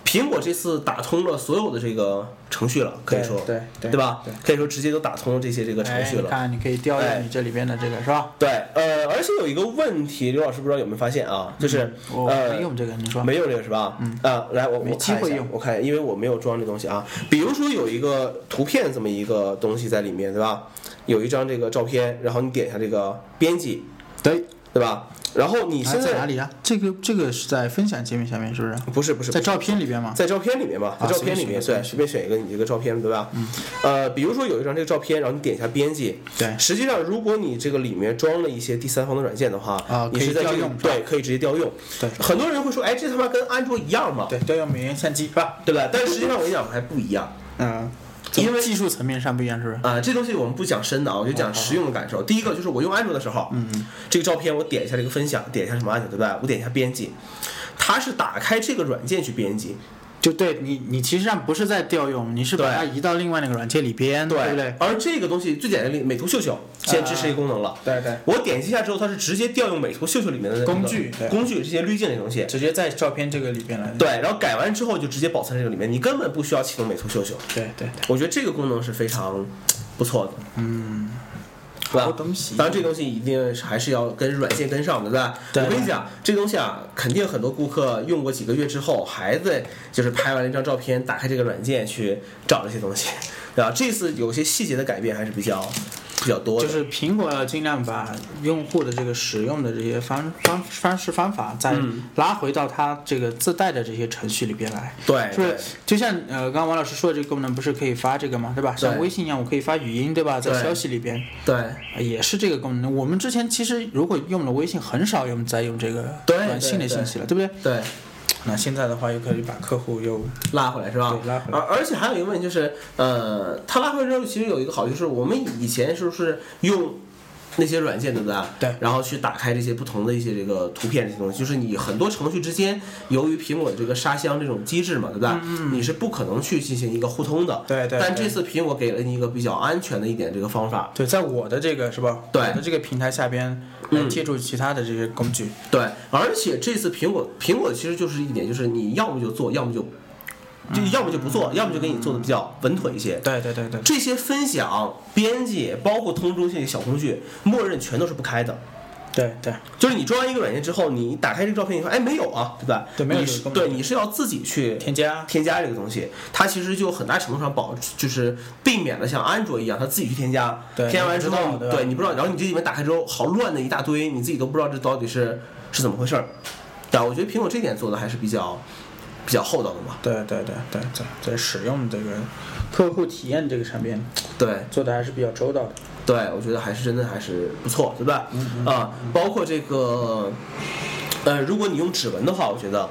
苹果这次打通了所有的这个程序了，可以对说对对吧？对可以说直接都打通了这些这个程哎序你了。看你可以调哎用你这里边的这个是吧？对，呃，而且有一个问题，刘老师不知道有没有发现啊？就是、嗯我呃，没用这个，你说没有这个是吧？嗯啊，来我没我机看一会下用我看一下，因为我没有装这东西啊。比如说有一个图片这么一个东西在里面，对吧？有一张这个照片，然后你点一下这个编辑，对，对吧？然后你啊现在哪在里啊？这个这个是在分享界面下面是不是？不是不是在照片里边嘛？在照片里面嘛，在啊照片里面，随对，便随便选一个你这个照片，对吧？嗯。呃，比如说有一张这个照片，然后你点一下编辑。对实际上，如果你这个里面装了一些第三方的软件的话，啊你可以是在这调个用对，可以直接调用。对很多人会说，哎，这他妈跟安卓一样嘛，对，调用美颜相机是吧？对吧？但实际上我跟你讲，还不一样。嗯，因为技术层面上不一样是不是？啊、这东西我们不讲深的啊，我就讲实用的感受。第一个就是我用安卓的时候，嗯，这个照片我点一下这个分享，点一下什么按钮，对不对？我点一下编辑，它是打开这个软件去编辑，就对你你其实上不是在调用，你是把对它移到另外那个软件里边，对不对？而这个东西最简单的美图秀秀现在支持这个功能了。对对，我点击一下之后，它是直接调用美图秀秀里面的那个工具对工具这些滤镜这些东西。直接在照片这个里边来。对，然后改完之后就直接保存这个里面，你根本不需要启动美图秀秀。对对我觉得这个功能是非常不错的。嗯，是吧好东西当然，这东西一定是还是要跟软件跟上的，对吧？对我跟你讲，这东西啊，肯定很多顾客用过几个月之后，还在就是拍完了一张照片，打开这个软件去找这些东西，对吧？这次有些细节的改变还是比较比较多的。就是苹果要尽量把用户的这个使用的这些方方方式方法，再拉回到它这个自带的这些程序里边来。对就是对就像呃，刚刚王老师说的这个功能不是可以发这个嘛，对吧？像对微信一样，我可以发语音，对吧？在对消息里边对呃也是这个功能。我们之前其实如果用了微信，很少用再用这个对短信的对信息了，对不对？对，那现在的话，又可以把客户又拉回来是吧？对拉回来而而且还有一个问题就是，呃，它拉回来之后，其实有一个好处就是，我们以前是不是用那些软件对不对？对然后去打开这些不同的一些这个图片这些东西，就是你很多程序之间，由于苹果的这个沙箱这种机制嘛，对不对？你是不可能去进行一个互通的。嗯对对但对这次苹果给了你一个比较安全的一点这个方法，对，在我的这个是吧？对我的这个平台下边来借助其他的这些工具。对，而且这次苹果苹果其实就是一点，就是你要么就做，要么就就要么就不做，要么就给你做的比较稳妥一些。对对对对。这些分享、编辑，包括通知中心的小工具，默认全都是不开的。对对就是你装完一个软件之后，你打开这个照片，你说哎没有啊，对吧？对没有你这个是功能对，你是要自己去添加添加这个东西，它其实就很大程度上保，就是避免了像安卓一样，它自己去添加，对添加完之你后，不知道对吧对你不知道，然后你这里面打开之后，好乱的一大堆，你自己都不知道这到底是是怎么回事儿。对啊，我觉得苹果这点做的还是比较比较厚道的嘛。对对对对对，在使用这个客户体验这个上面对，做的还是比较周到的。对，我觉得还是真的还是不错，对吧？嗯啊，包括这个，呃，如果你用指纹的话，我觉得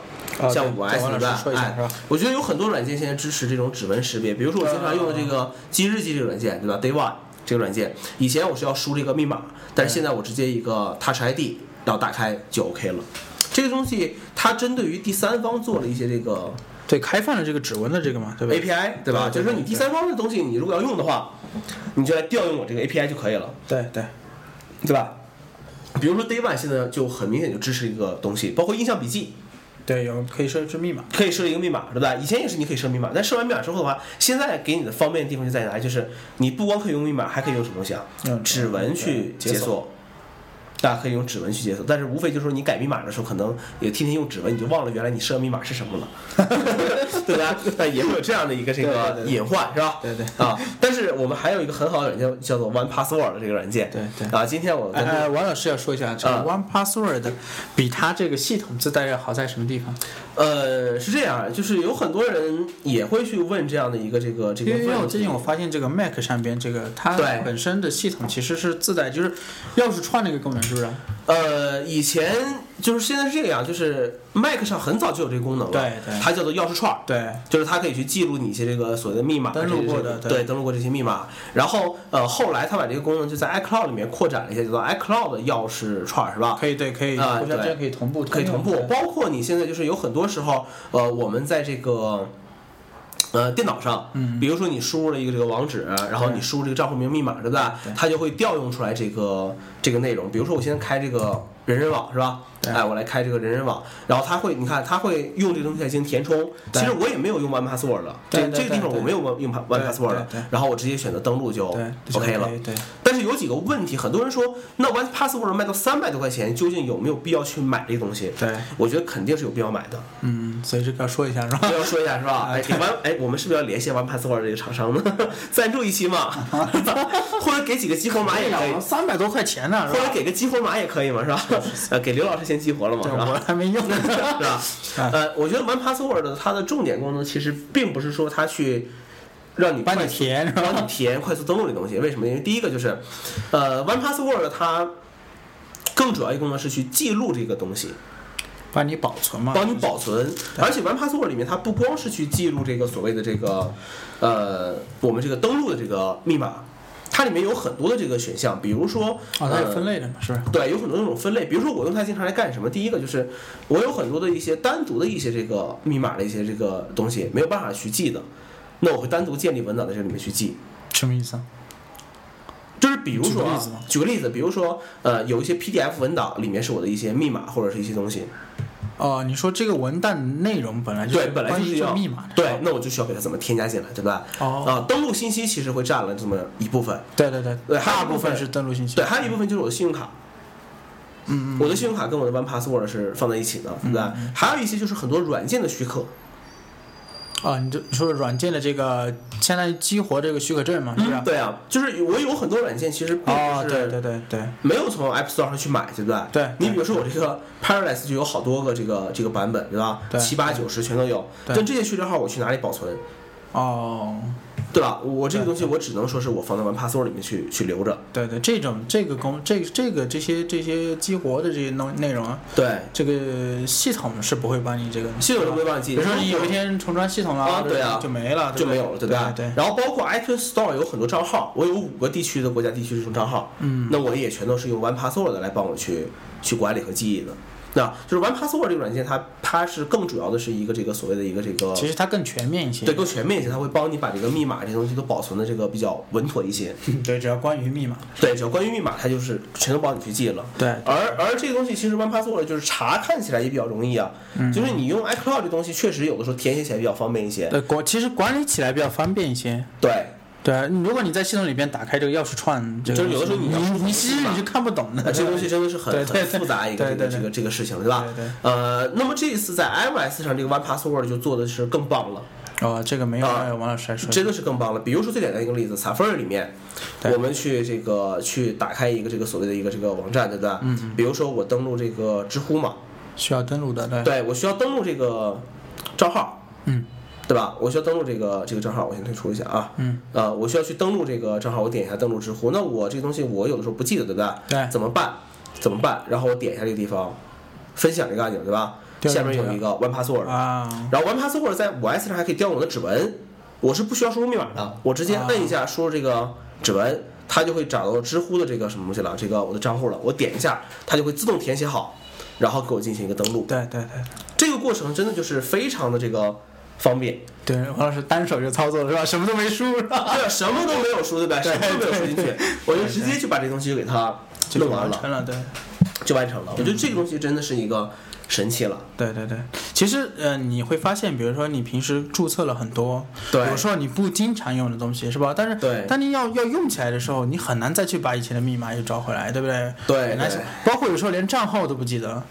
啊像对五 S 对王对老师吧？说一下哎是吧，啊我觉得有很多软件现在支持这种指纹识别，比如说我经常用的这个记日记这个软件，对吧？Day One 这个软件，以前我是要输这个密码，但是现在我直接一个 Touch ID，然后打开就 OK 了。这个东西它针对于第三方做了一些这个对，开放了这个指纹的这个嘛，对吧 API，对吧？对对就是说你第三方的东西，你如果要用的话，你就来调用我这个 API 就可以了。对对对吧？比如说 Day One 现在就很明显就支持一个东西，包括印象笔记对，有可以设置密码。可以设一个密码，对吧？以前也是你可以设密码，但设完密码之后的话，现在给你的方便的地方就在哪？就是你不光可以用密码，还可以用什么东西啊？嗯指纹去对解锁锁。大家可以用指纹去解锁，但是无非就是说你改密码的时候，可能也天天用指纹，你就忘了原来你设密码是 什么了，对吧？但也会有这样的一个这个对对对隐患，是吧？对对啊，但是我们还有一个很好的软件叫做 One Password 的这个软件，对对啊，今天我哎跟哎，王老师要说一下，这个啊 One Password 比它这个系统自带要好在什么地方？呃是这样，就是有很多人也会去问这样的一个这个这个因为问因题，为我最近我发现这个 Mac 上边这个它对本身的系统其实是自带，就是钥匙串那个功能，是啊不是？呃，以前就是现在是这个样，就是 Mac 上很早就有这个功能了，对对它叫做钥匙串儿，对，就是它可以去记录你一些这个所谓的密码，啊登录过的这些对对登录过这些密码。然后呃，后来它把这个功能就在 iCloud 里面扩展了一下，叫做 iCloud 的钥匙串儿，是吧？可以，对，可以，啊互相之对间可以同步，可以同步，对包括你现在就是有很多时候，呃，我们在这个。呃，电脑上，嗯比如说你输入了一个这个网址，然后对你输入这个账户名密码，对不对对？它就会调用出来这个这个内容。比如说我现在开这个人人网，是吧？对哎，我来开这个人人网，然后它会，你看它会用这个东西来进行填充。对其实我也没有用 One Password 的，对这对这个地方对我没有用用 One 对 Password 的对对，然后我直接选择登录就对就 OK 了。对，但是有几个问题，很多人说，那 One Password 卖到三百多块钱，究竟有没有必要去买这个东西？对，我觉得肯定是有必要买的。嗯，所以这个要说一下是吧？要说一下是吧？哎，给 One 哎，我们是不是要联系 One Password 这个厂商呢？ 赞助一期嘛，或者给几个激活码也可以，三百多块钱呢，是或者吧？给个激活码也可以嘛，是吧？ 呃，给刘老师先激活了嘛，对，是我吧？还没用呢。 是吧？呃，我觉得 One Password 它的重点功能其实并不是说它去让你帮快你填是帮你吧？体验快速登录这东西。为什么？因为第一个就是，呃，One Password 它更主要一个功能是去记录这个东西，帮你保存嘛，帮你保存。而且 One Password 里面它不光是去记录这个所谓的这个，呃，我们这个登录的这个密码，它里面有很多的这个选项，比如说，哦，它有呃分类的嘛，是不是？对，有很多那种分类，比如说我用它经常来干什么？第一个就是我有很多的一些单独的一些这个密码的一些这个东西没有办法去记的，那我会单独建立文档在这里面去记。什么意思啊？就是比如说举个啊例子吗，举个例子，比如说，呃，有一些 PDF 文档里面是我的一些密码或者是一些东西，哦，你说这个文档内容本来就对，本来关就于是这要密码的，对，那我就需要给它怎么添加进来，对吧？哦啊，登录信息其实会占了这么一部分，对对对，对还有大一部部分分是登录信息，对，还有一部分就是我的信用卡，嗯，嗯我的信用卡跟我的 One Password 是放在一起的，对吧？还有一些就是很多软件的许可，啊，你这你说软件的这个相当于激活这个许可证嘛，是不是？对啊，就是我有很多软件其实并嗯哦，不对是对对对，没有从 App Store 上去买，对不对？对你比如说我这个 Paradise 就有好多个这个这个版本，对吧？对七八九十全都有，对但这些序列号我去哪里保存？哦，对吧？我这个东西我只能说是我放在 One Password 里面去去留着。对对，这种这个功这这个这些这些激活的这些内内容啊，对，这个系统是不会帮你这个，系统是不会帮你比记如的。说你有一天重装系统了，啊或者对啊就没了，就不没有了，对不对？对对，然后包括 iTunes Store 有很多账号，我有五个地区的国家地区这种账号，嗯，那我也全都是用 One Password 来帮我去去管理和记忆的。那就是 One Password 这个软件它，它是更主要的是一个这个所谓的一个这个其实它更全面一些，对更全面一些，它会帮你把这个密码这些东西都保存的这个比较稳妥 一些。对，只要关于密码，对，只要关于密码，它就是全都帮你去记了。对而而这个东西其实 One Password 就是查看起来也比较容易啊，嗯就是你用 iCloud 这东西，确实有的时候填写起来比较方便一些。呃，管其实管理起来比较方便一些。对，对，你如果你在系统里边打开这个钥匙串，这个就是有的时候你你要你你其实你是看不懂那的，这东西真的是很对对很复杂一个对这个对这对个这个事情，对吧？对对呃，那么这一次在 iOS 上，这个 One Password 就做的是更棒了，哦，这个没有啊让王老师来说，真的是更棒了。比如说最简单一个例子，Safari 里面，对我们去这个去打开一个这个所谓的一个这个网站，对不对？嗯。比如说我登录这个知乎嘛，需要登录的，对，对我需要登录这个账号，嗯，对吧？我需要登录这个这个账号，我先退出一下啊。嗯。呃，我需要去登录这个账号，我点一下登录知乎。那我这个东西我有的时候不记得，对不对？对怎么办？怎么办？然后我点一下这个地方，分享这个按钮，对吧？调下用面这有个一个 One Password，、啊，然后 One Password 在五 S 上还可以调用我的指纹，我是不需要输入密码的，我直接啊摁一下输入这个指纹，它就会找到知乎的这个什么东西了，这个我的账户了，我点一下，它就会自动填写好，然后给我进行一个登录。对对对这个过程真的就是非常的这个方便，对，王老师单手就操作了是吧？什么都没输是吧？对，什么都没有输，对吧？什么都没有输进去，我就直接就把这东西就给它就弄完完了，成了，对，就完成了。我觉得这个东西真的是一个神器了。对对对，其实呃，你会发现，比如说你平时注册了很多，对有时候你不经常用的东西是吧？但是对当你要要用起来的时候，你很难再去把以前的密码又找回来，对不对？对很难对包括有时候连账号都不记 得，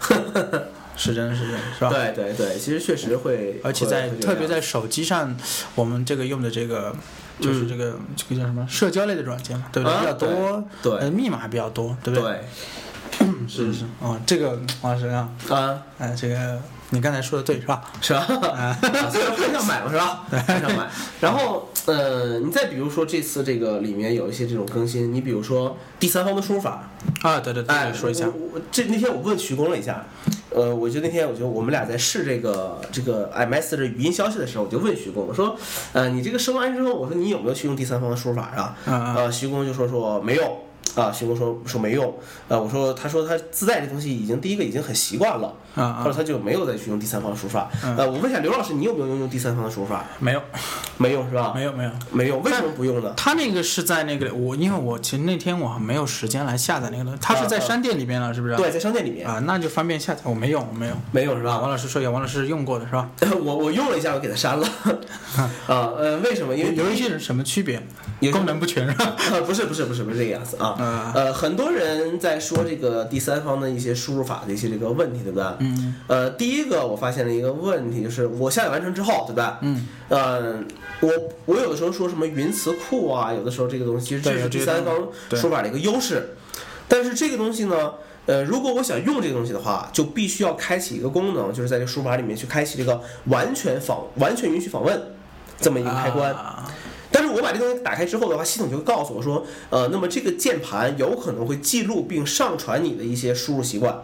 是真的是真的是吧？。对对对，其实确实会，而且在会会这特别样在手机上，我们这个用的这个就是这个、这个叫什么社交类的软件嘛，对不对？嗯啊比较多，对对呃密码比较多，对不对？对，嗯是是哦，这个王石啊，啊，哎，这个你刚才说的对是吧？是吧？啊所以说很想买嘛，是吧？很想买。然后，呃，你再比如说这次这个里面有一些这种更新，你比如说第三方的输入法，啊，对对对，哎，说一下我，我我这那天我问徐工了一下，呃，我觉得那天我觉得我们俩在试这个这个 iMessage 语音消息的时候，我就问徐工，我说，呃，你这个升完之后，我说你有没有去用第三方的输入法啊？嗯嗯呃，徐工就说说没用。啊，徐工说说没用，呃，我说他说他自带这东西已经第一个已经很习惯了，啊啊后来他就没有再去用第三方输入法。嗯呃，我问一下刘老师，你有没有用用第三方的输入法？没有没用是吧？没有没有，没用，为什么不用呢？他那个是啊在那个我，因为我其实那天我还没有时间来下载那个东西，他是在啊啊商店里边了，是不是？对，在商店里面、啊，那就方便下载，我没有，我没有。没用是吧啊，？王老师说一下，王老师用过的是吧？呃我我用了一下，我给它删了。 啊，呃，为什么？因为有一些人什么区别？有功能不全是吧？呃， 不是不是不是不是这个样子啊啊。呃，很多人在说这个第三方的一些输入法的一些这个问题，对不对？嗯。呃，第一个我发现了一个问题，就是我下载完成之后，对吧？嗯。呃，我我有的时候说什么云词库啊，有的时候这个东西其实这对是有第这些三东西方对输入法的一个优势，但是这个东西呢。呃，如果我想用这个东西的话，就必须要开启一个功能，就是在这个输入法里面去开启这个完全访、完全允许访问这么一个开关。啊但是我把这东西打开之后的话，系统就会告诉我说，呃，那么这个键盘有可能会记录并上传你的一些输入习惯。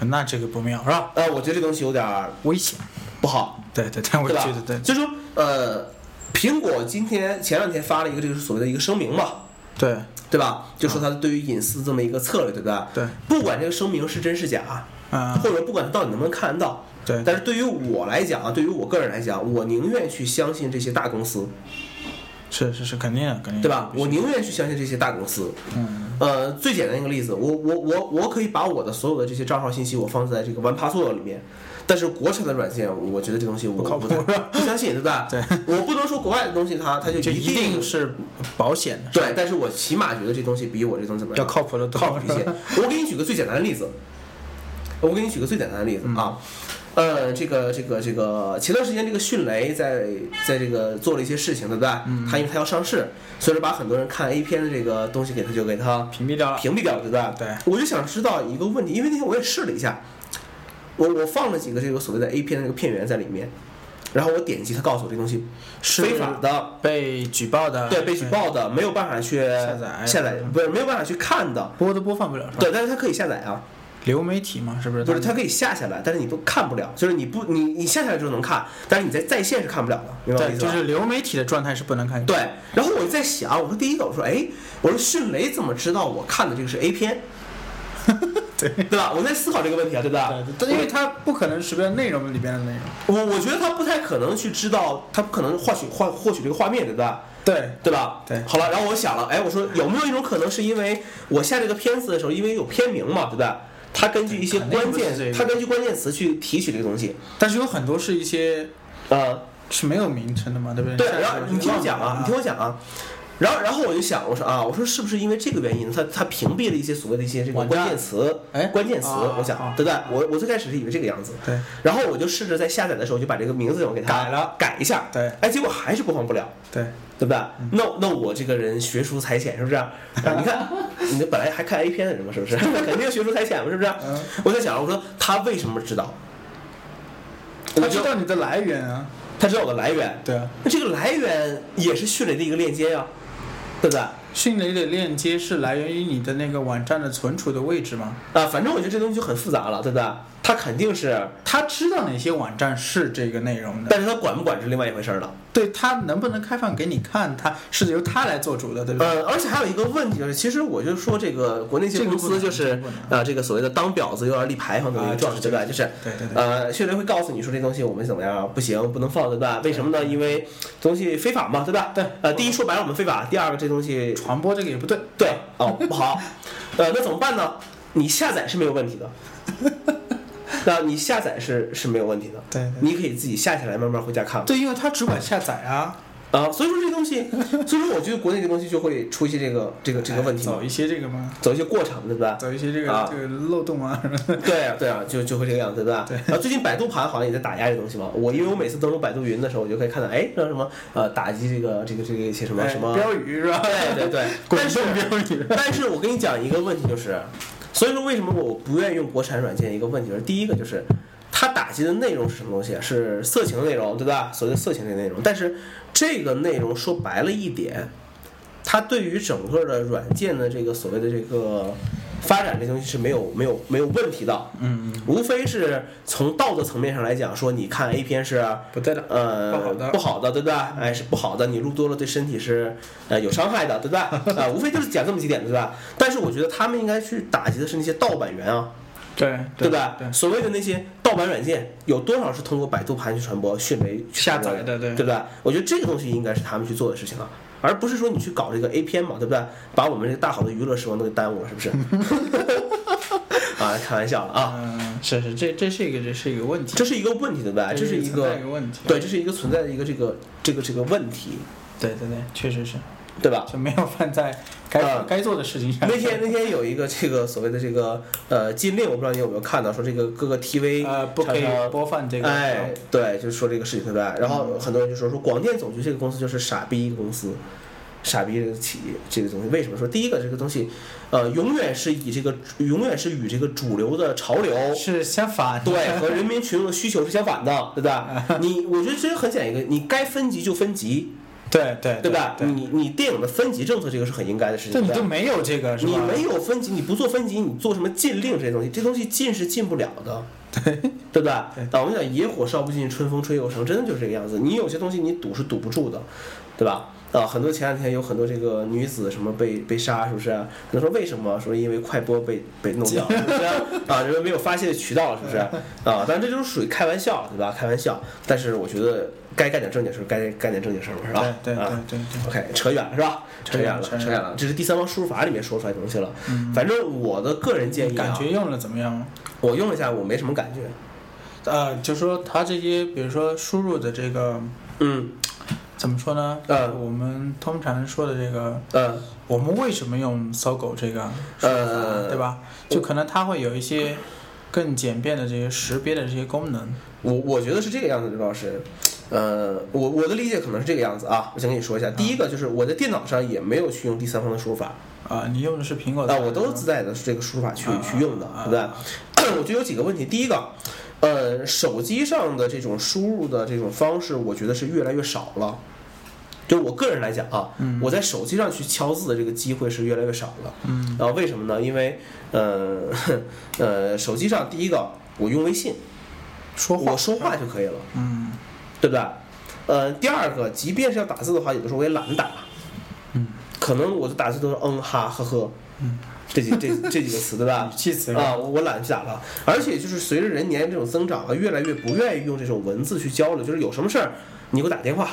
那这个不妙是吧？呃，我觉得这东西有点儿危险。不好，对对对，我对吧觉得？对就说，呃，苹果今天前两天发了一个这个所谓的一个声明嘛，对对吧？就说它对于隐私这么一个策略，对不对？对，不管这个声明是真是假，啊或者不管它到底能不能看得到，对但是对于我来讲啊，对于我个人来讲，我宁愿去相信这些大公司，是是是肯定的肯定的对吧？必须我宁愿去相信这些大公司。嗯呃，最简单一个例子，我我我我可以把我的所有的这些账号信息我放在这个 One Password 里面，但是国产的软件，我觉得这东西我不靠谱太 不相信，对吧？对，我不能说国外的东西它它就就一定定是保险的，对，但是我起码觉得这东西比我这东西怎么要样靠谱的多靠谱一些。 我给你举个最简单的例子，我给你举个最简单的例嗯子啊。呃，这个这个这个，前段时间这个迅雷在在这个做了一些事情，对不对？嗯他因为他要上市，所以说把很多人看 A 片的这个东西给他就给他屏蔽掉了。屏蔽掉了，对吧？对我就想知道一个问题，因为那天我也试了一下，我我放了几个这个所谓的 A 片的这个片源在里面，然后我点击，它告诉我这东西是非法的，被举报的，对，被举报的，没有办法去下载下载不是没有办法去看的，播都播放不了，是吧？对，但是它可以下载啊，流媒体嘛，是不是？不是它可以下下来，但是你不看不了，就是你不你你下下来之后能看，但是你在在线是看不了的，明白我意对，思就吧？是流媒体的状态是不能看。对，然后我就在想，我说第一个，我说哎，我说迅雷怎么知道我看的这个是 A 片， 对对吧？我在思考这个问题啊，对吧？对，但因为它不可能识别内容里边的内容。我我觉得他不太可能去知道，他不可能获取获获取这个画面，对吧？对对吧？对好了，然后我想了，哎，我说有没有一种可能是因为我下这个片子的时候，因为有片名嘛，对吧？他根据一些肯定关不是这键，个他根据关键词去提取这个东西。但是有很多是一些呃，是没有名称的嘛，对不对？对，下载然后你听我讲啊，你听我讲啊。然后，然后我就想，我说啊，我说是不是因为这个原因，他他屏蔽了一些所谓的一些这个网关站键词，哎关键词啊，我想啊，对不对？我我最开始是以为这个样子，对。然后我就试着在下载的时候就把这个名字我给它改了，改一下，对哎，结果还是播放不了，对对不对？嗯那那我这个人学术才浅是不是？啊 你看，你本来还看 A 片的人嘛，是不 是？肯定学术才浅嘛，是不是嗯？我在想，我说他为什么知道？对，他知道你的来源啊，他知道我的来源，对啊。那这个来源也是迅雷的一个链接呀、对不对？迅雷的链接是来源于你的那个网站的存储的位置吗？啊，反正我觉得这东西就很复杂了，对不对？他肯定是，他知道哪些网站是这个内容的，但是他管不管是另外一回事儿了。对他能不能开放给你看，他是由他来做主的，对不对？呃，而且还有一个问题就是，其实我就说这个国内一些这个公不司能就是这个不能呃，这个所谓的当婊子又要立牌坊的一啊个状态，这对个吧？就是对对对呃，迅雷会告诉你说这东西我们怎么样不行，不能放，对吧？为什么呢？因为东西非法嘛，对吧？对呃，第一说白了我们非法，第二个这东西传播这个也不对，对哦不好，呃，那怎么办呢？你下载是没有问题的，那你下载是是没有问题的，对对你可以自己下下来，慢慢回家看。对，因为它只管下载啊，啊，所以说这东西，所以说我觉得国内这东西就会出现这个这个这个问题嘛哎走一些这个嘛，走一些过场，对不对？走一些这个、啊这个漏洞啊什么的。 对啊，对啊，就就会这个样子，对吧？对然后最近百度盘好像也在打压这东西嘛。我因为我每次登录百度云的时候，我就可以看到，哎，让什么呃打击这个这个这个一些什么什么。哎标语是吧？对 对对，但滚是动标语。但是我跟你讲一个问题，就是，所以说为什么我不愿意用国产软件？一个问题就是，第一个就是它打击的内容是什么东西？啊是色情的内容，对吧？所谓的色情的内容，但是这个内容说白了一点，它对于整个的软件的这个所谓的这个发展这东西是没有没有没有问题的，嗯，无非是从道德层面上来讲，说你看 A 片是。不对的，呃，不好的不好的，对不对？哎，是不好的，你撸多了对身体是呃有伤害的，对不对？啊、 无非就是讲这么几点，对吧？但是我觉得他们应该去打击的是那些盗版源啊，对对吧吧？？所谓的那些盗版软件，有多少是通过百度盘去传播、迅雷去下传播载的，对对不对？我觉得这个东西应该是他们去做的事情啊，而不是说你去搞这个 A 片嘛，对不对？把我们这个大好的娱乐时光都给耽误了，是不 是？啊，开玩笑了啊，嗯，是是，这这是一个这是一个问题，这是一个问题，对不对？这是一存在个一个问题。对，这是一个存在的一个这个这个这个问题，对对对，确实是，对吧？就没有犯在该、嗯该做的事情上。啊那天那天有一个这个所谓的这个呃禁令，我不知道你有没有看到，说这个各个 TV 呃，不可以常常播放这个。呃哎，对，就是说这个事情对吧？然后很多人就说说广电总局这个公司就是傻逼公司，傻逼这个企业这个东西为什么说？第一个这个东西，呃，永远是以这个永远是与这个主流的潮流。是相反的。对，和人民群众的需求是相反的，对吧？你我觉得这很简一个，你该分级就分级，对对对吧？对，你你电影的分级政策这个是很应该的事情，这对你吧就没有这个是吧？你没有分级，你不做分级，你做什么禁令这些东西？这东西禁是禁不了的， 对对吧？啊，我们讲野火烧不尽，春风吹又生，真的就是这个样子。你有些东西你堵是堵不住的，对吧？啊，很多前两天有很多这个女子什么被被杀，是不是？可能说为什么？说因为快播被被弄掉了，是不是？啊， 人们没有发泄的渠道了，是不是？啊，当然这就是属于开玩笑，对吧？开玩笑，但是我觉得该干点正经事儿，该干点正经事儿嘛，是吧？对对对啊对对。 OK，扯远了是吧？扯扯远远了了，扯远了嗯扯远了，这是第三方输入法里面说出来的东西了。反正我的个人建议感啊觉，用了怎么样？我用了一下，我没什么感觉。呃，就说它这些，比如说输入的这个嗯怎么说呢？呃我们通常说的这个，呃我们为什么用搜狗这个，呃，对？吧？就可能它会有一些更简便的这些识别的这些功能。我我觉得是这个样子，刘老师。呃，我我的理解可能是这个样子啊，我先跟你说一下。第一个就是我在电脑上也没有去用第三方的输入法，啊、你用的是苹果的啊，吗，我都是自带的这个输入法去啊去用的啊，对吧？我觉得有几个问题，第一个，呃，手机上的这种输入的这种方式，我觉得是越来越少了。就我个人来讲啊，嗯我在手机上去敲字的这个机会是越来越少了。嗯，然后为什么呢？因为，呃， 呃，手机上第一个我用微信，说话我，说话就可以了，嗯对不对？呃，第二个，即便是要打字的话，有的时候我也懒得打，嗯，可能我的打字都是嗯哈呵呵嗯，这几这这几个词，对 吧语？气词啊，我我懒得去打了。而且就是随着人年龄这种增长啊，越来越不愿意用这种文字去交流，就是有什么事儿你给我打电话，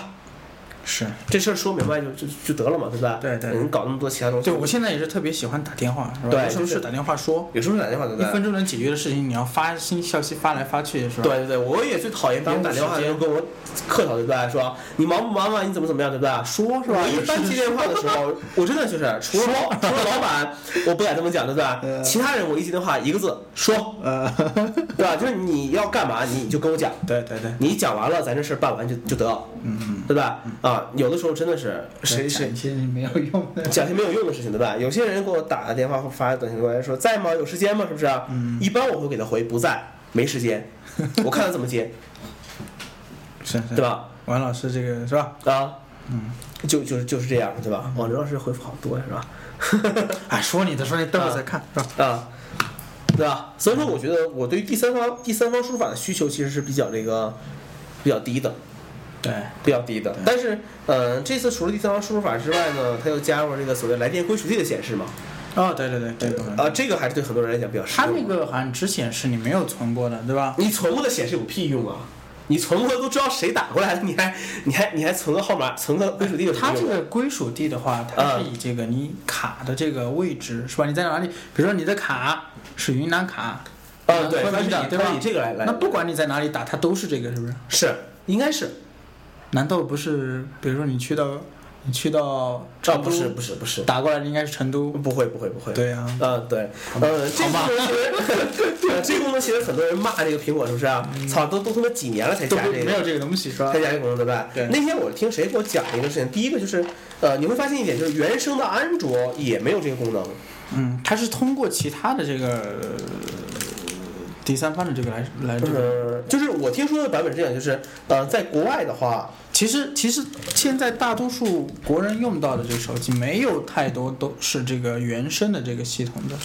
是。这事儿说明白就就就得了嘛，对吧？对对对你搞那么多其他东西，对，我现在也是特别喜欢打电话，是吧？对有什么事就是呃打电话说，有时候打电话对不一对？分钟能解决的事情，你要发新消息发来发去，是吧？对对对，我也最讨厌别人打电话的时候跟我客套，对不对？说你忙不忙啊？你怎么怎么样，对不对？说是吧？我一般接电话的时候，我真的就是除了老除了老板，我不敢这么讲，对不呃对？其他人我一接电话一个字说，呃， 对吧？就是你要干嘛你就跟我讲，对对对，你讲完了咱这事儿办完就就得，嗯，对吧？啊，有的时候真的是谁谁其实没有用 的。讲些没有用的事情，对吧？有些人给我打个电话或发个短信过来说在吗？有时间吗？是不是？啊嗯一般我会给他回不在，没时间，我看他怎么接，是是对？吧？王老师这个是吧？啊，嗯，就就是就是这样，对吧？王刘老师回复好多呀，是吧？哎，说你的，说你等会儿啊再看，是吧？啊，对吧？所以说，我觉得我对于第三方第三方输入法的需求其实是比较这个比较低的，对，比较低的。但是，呃，这次除了第三方输入法之外呢，它又加入了这个所谓来电归属地的显示嘛，哦，对对对，这个功能啊，这个还是对很多人来讲比较实它那用。个好像只显示你没有存过的，对吧？你存过的显示有屁用啊？你存过的都知道谁打过来了，你还你还你还存个号码，存个归属地有什它么这用啊？个归属地的话，它是嗯以这个你卡的这个位置是吧？你在哪里？比如说你的卡是云南卡，呃，对，会它是温的，以对它吧？是以这个来来那不管你在哪里打，它都是这个，是不是？是应该是。难道不是？比如说你去到你去到啊，成都，不是不是不是，打过来的应该是成都。不会不会不会，对啊呃对，呃这个功能其实，对啊这个功能其实很多人骂这个苹果是不是啊？操，都都他妈几年了才都加不这没有个。这个东西是吧才？加这个功能对吧？对那天我听谁给我讲了一个事情，第一个就是，呃，你会发现一点，就是原生的安卓也没有这个功能，嗯，它是通过其他的这个呃第三方的这个来来这个。呃，就是我听说的版本是这样，就是，呃，在国外的话，其实其实现在大多数国人用到的这个手机，没有太多都是这个原生的这个系统的，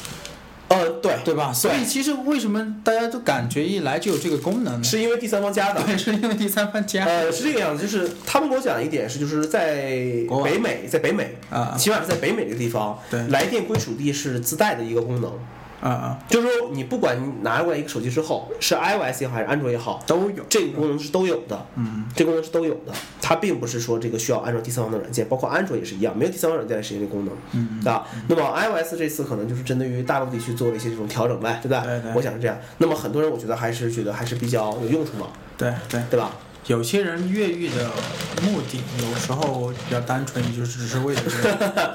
呃，对对吧？所以其实为什么大家都感觉一来就有这个功能呢？ 是因为第三方加的，对，是因为第三方加。呃，是这个样子，就是他们给我讲的一点是，就是在国外北美，在北美啊起码是在北美这个地方，对来电归属地是自带的一个功能，啊啊，就是说你不管你拿过来一个手机之后，是 iOS 也好还是安卓也好，都有。这个功能是都有的，嗯，这个功能是都有的，它并不是说这个需要安装第三方的软件，包括安卓也是一样，没有第三方软件来实现这个功能，嗯啊，那么 iOS 这次可能就是针对于大陆地区做了一些这种调整呗，对吧？对对我想是这样。那么很多人我觉得还是觉得还是比较有用处嘛，对对，对吧？有些人越狱的目的有时候比较单纯，就是只是为了这 个。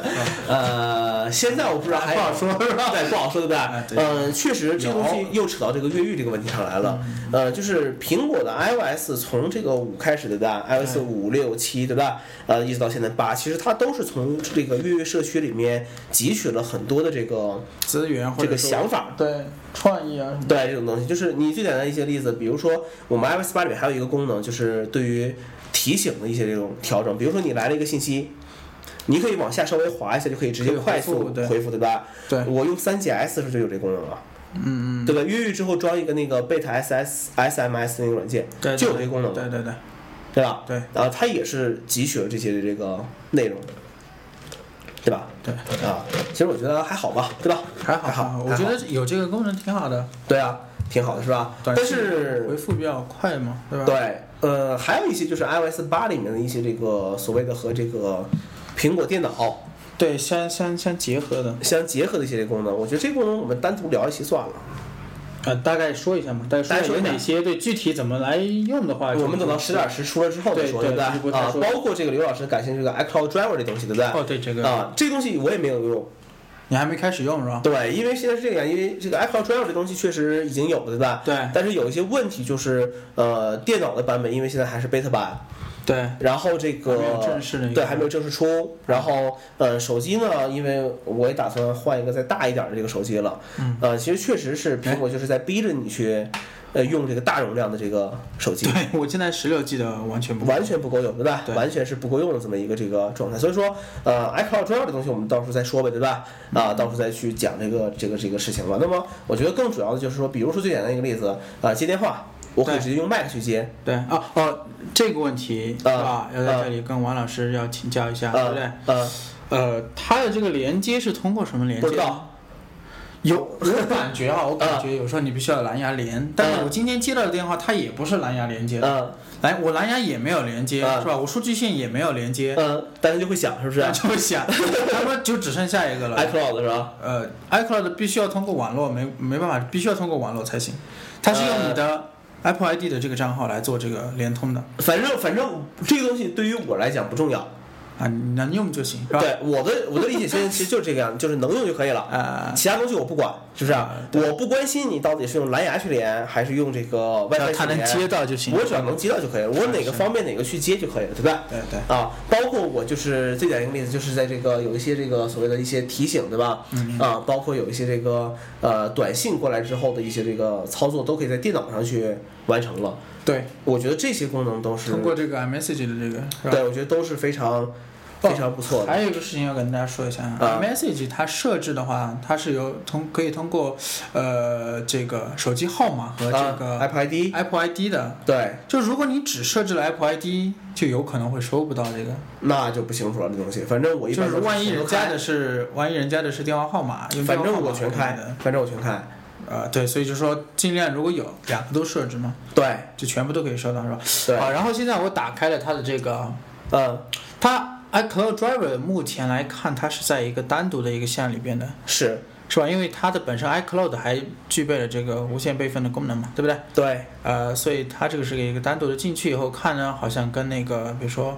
呃，现在我不知道还不好说是吧？对，不好说，对不对哎？对嗯、确实这个东西又扯到这个越狱这个问题上来了。嗯呃，就是苹果的 iOS 从这个五开始，对不对？iOS 五六七，对不对？呃，一直到现在八，其实它都是从这个越狱社区里面汲取了很多的这个资源或者这个说想法对创意啊什么的。对这种东西，就是你最简单的一些例子，比如说我们 iOS 八里面还有一个功能，就是对于提醒的一些这种调整，比如说你来了一个信息。你可以往下稍微滑一下，就可以直接可以回快复速对回复，对吧？对我用 3GS 时候就有这功能了，嗯嗯，对吧？越狱之后装一个那个贝塔 SS SMS 那个软件，对，就有对这功能对了，对对，对吧？对然后它也是汲取了这些的这个内容，对吧？对啊，其实我觉得还好吧，对吧？还好还还好，我还觉好得有这个功能挺好的，对啊，挺好的，是吧？短但信是回复比较快嘛，对吧？对，呃，还有一些就是 iOS 八里面的一些这个所谓的和这个苹果电脑对，相相相结合的，相结合的一些这个功能，我觉得这个功能我们单独聊一期算了。呃，大概说一下嘛，大概说一大概下说有一下哪些，对，具体怎么来用的话，我们等到啊就十点十出了之后再对说，对不就是不对？太啊，说包括这个刘老师感兴趣这个 iCloud Driver 这东西，对不对？哦，对这个，啊，这个东西我也没有用。你还没开始用是吧？对，因为现在是这个样，因为这个 iCloud Drive 这东西确实已经有了，对吧？对但是有一些问题就是，呃，电脑的版本因为现在还是 beta 版，对，然后这个还没有正式的一个对还没有正式出，然后呃手机呢，因为我也打算换一个再大一点的这个手机了，嗯哎呃其实确实是苹果就是在逼着你去呃用这个大容量的这个手机，对我现在十六 G 的完全不完全不够用，对吧？对完全是不够用的这么一个这个状态，所以说呃 iCloud 重要的东西我们到时候再说呗，对吧？嗯啊、到时候再去讲这个这个这个事情吧。那么我觉得更主要的就是说，比如说最简单的一个例子，啊、接电话，我可以对直接用 Mac 去接，对啊哦，这个问啊题是吧？要在这里跟王老师要请教一下，对呃不啊对？呃呃，它的这个连接是通过什么连接？不知道。有嗯我感觉 啊，我感觉有时候你必须要蓝牙连，但是我今天接到的电话它也不是蓝牙连接的，嗯来我蓝牙也没有连接，嗯是吧？我数据线也没有连接，嗯，但是就会响是不是那就 想，他们就只剩下一个了。 ？iCloud 是吧？呃，iCloud 必须要通过网络，没没办法，必须要通过网络才行，它是用你的 Apple ID 的这个账号来做这个联通的反正反正这个东西对于我来讲不重要。啊，你能用就行，是吧？对我的我的理解现在其实就是这个样子，就是能用就可以了，呃，其他东西我不管，是不是啊？我不关心你到底是用蓝牙去连还是用这个只要它 WiFi 去能连，接到就行。我只要能接到就可以了，我哪个方便哪个去接就可以了，对不对？对对。啊，包括我就是最简单一个例子，就是在这个有一些这个所谓的一些提醒，对吧？嗯啊，包括有一些这个呃短信过来之后的一些这个操作，都可以在电脑上去完成了。对，我觉得这些功能都是通过这个 iMessage 的这个，是吧？对，我觉得都是非常非常不错的。还有一个事情要跟大家说一下啊啊，Message 它设置的话，它是由通可以通过呃这个手机号码和这啊个，Apple ID， Apple ID 的。对，就如果你只设置了 Apple ID，就有可能会收不到这个。那就不清楚了，这东西。反正我一就般是都万一全人开家的，是，万一人家的是电话号码，用电反话号正码我全来的开。，反正我全开。呃，对，所以就说尽量如果有两个都设置嘛，对就全部都可以收到，是吧？对，好，然后现在我打开了它的这个嗯，它 iCloud Driver 目前来看，它是在一个单独的一个项里边的，是是吧？因为它的本身 iCloud 还具备了这个无线备份的功能嘛，对不对？对，呃，所以它这个是一个单独的。进去以后看呢，好像跟那个比如说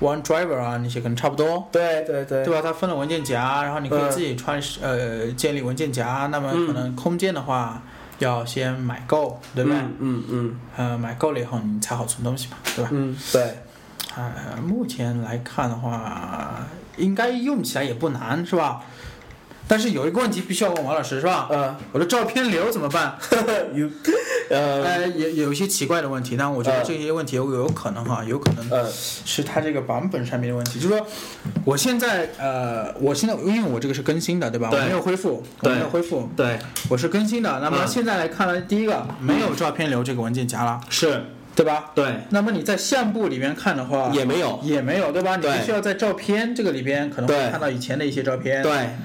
OneDriver 啊那些可能差不多，对对对对吧？它分了文件夹，然后你可以自己穿、呃建立文件夹。那么可能空间的话，要先买够，对不对？嗯嗯嗯呃，买够了以后你才好存东西嘛，对吧？嗯，对，呃，目前来看的话，应该用起来也不难，是吧？但是有一个问题必须要问王老师，是呃吧？嗯，我的照片流怎么办？有，呃，呃，有有一些奇怪的问题，但我觉得呃这些问题有有可能哈，有可能呃，是它这个版本上面的问题。就是说，我现在呃，我现在因为我这个是更新的，对吧？对我没有恢复，我对没有恢复，对，我是更新的。那么嗯现在来看呢，第一个没有照片流这个文件夹了，是，对吧？对，那么你在相簿里面看的话，也没有，也没有，对吧？你对必须要在照片这个里边可能对会看到以前的一些照片。。对，嗯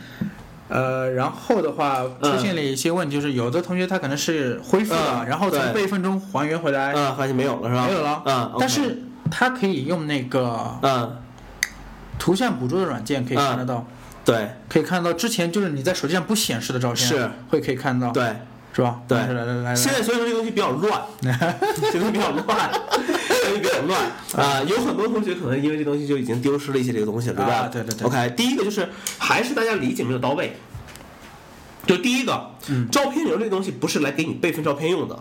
呃，然后的话出现了一些问题，就是有的同学他可能是恢复了，嗯然后对从备份中还原回来，嗯，发现没有了是吧？没有了。嗯，OK 但，是他可以用那个嗯，图像捕捉的软件可以看得到，对可以看到之前就是你在手机上不显示的照片，是会可以看到，，对。是吧？对来来来来，现在所以说这个东西比较乱，这东西比较乱，这东西比较乱啊、有很多同学可能因为这东西就已经丢失了一些这个东西了，对吧？啊对对对 OK，第一个就是还是大家理解没有到位，就第一个，嗯照片流这个东西不是来给你备份照片用的，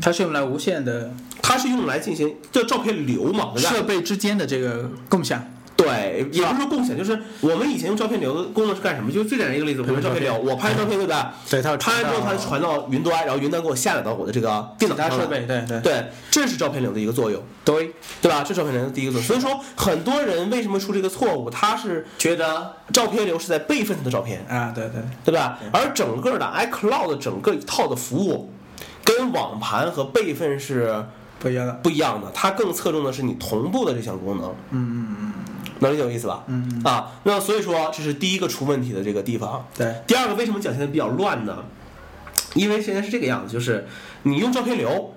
它是用来无线的它是用来进行叫照片流嘛，对吧？设备之间的这个共享，对，也不是说共享，就是我们以前用照片流的功能是干什么？就是最简单一个例子，我们照片流，我拍照片对吧？对，它拍完之后它传传到云端，然后云端给我下载到我的这个电到脑其他上设来。备，对对对，这是照片流的一个作用。对，对吧？这照片流是第一个错，所以说很多人为什么出这个错误，他是觉得照片流是在备份他的照片，啊，对对对。对吧？而整个的 iCloud 整个一套的服务，跟网盘和备份是不一样的，不一样的，它更侧重的是你同步的这项功能，嗯嗯能理解我意思吧？嗯啊，那所以说这是第一个出问题的这个地方。嗯，对，第二个为什么讲现在比较乱呢？因为现在是这个样子，就是你用照片流，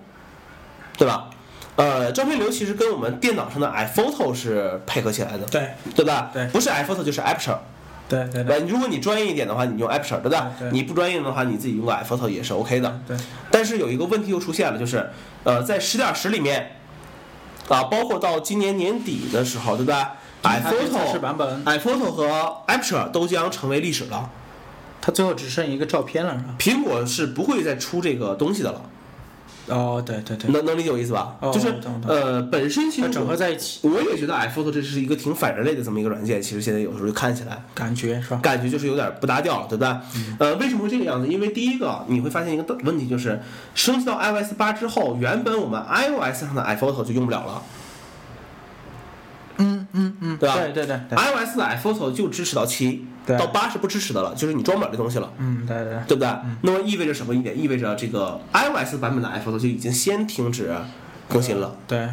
对吧？呃，照片流其实跟我们电脑上的 iPhoto 是配合起来的，对对吧？对不是 iPhoto 就是 Aperture，对对对对吧？如果你专业一点的话，你用 Aperture，对吧？对对你不专业的话，你自己用个 iPhoto 也是 OK 的。对，但是有一个问题又出现了，就是呃，在十点十里面，啊，包括到今年年底的时候，对吧测试？iPhoto、版本， iPhoto 和 Aperture 都将成为历史了。它最后只剩一个照片了，是吧？苹果是不会再出这个东西的了，哦，对对对，能能理解我意思吧？哦就是我懂懂呃，本身其它实整合在一起，我，我也觉得 iPhoto 这是一个挺反人类的这么一个软件，其实现在有时候就看起来感觉是吧？感觉就是有点不搭调了，对吧？嗯呃，为什么会这个样子？因为第一个你会发现一个问题，就是升级到 iOS 八之后，原本我们 iOS 上的 iPhoto 就用不了了嗯嗯嗯，对吧对对对对， ，iOS 的 iPhoto 就支持到七，对到八是不支持的了，就是你装不了这东西了。嗯对对对，对不对？那么意味着什么一点？意味着这个 iOS 版本的 iPhoto 就已经先停止更新了。对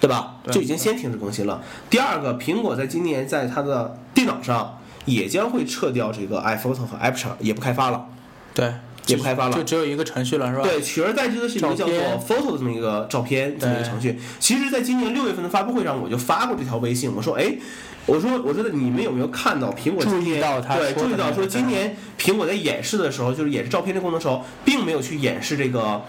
对吧？对就已经先停止更新了。第二个，苹果在今年在它的电脑上也将会撤掉这个 iPhoto 和 Aperture，也不开发了。对，也不开发了就只有一个程序了，是吧？对，取而代之的是一个照叫做片嗯 Photo 的这么一个照片这么一个对程序。其实，在今年六月份的发布会上，我就发过这条微信，我说，哎，我说，我说的你们有没有看到苹果今注意年到它对说的注意到那个说今年苹果在演示的时候，就是演示照片这功能的时候，并没有去演示这个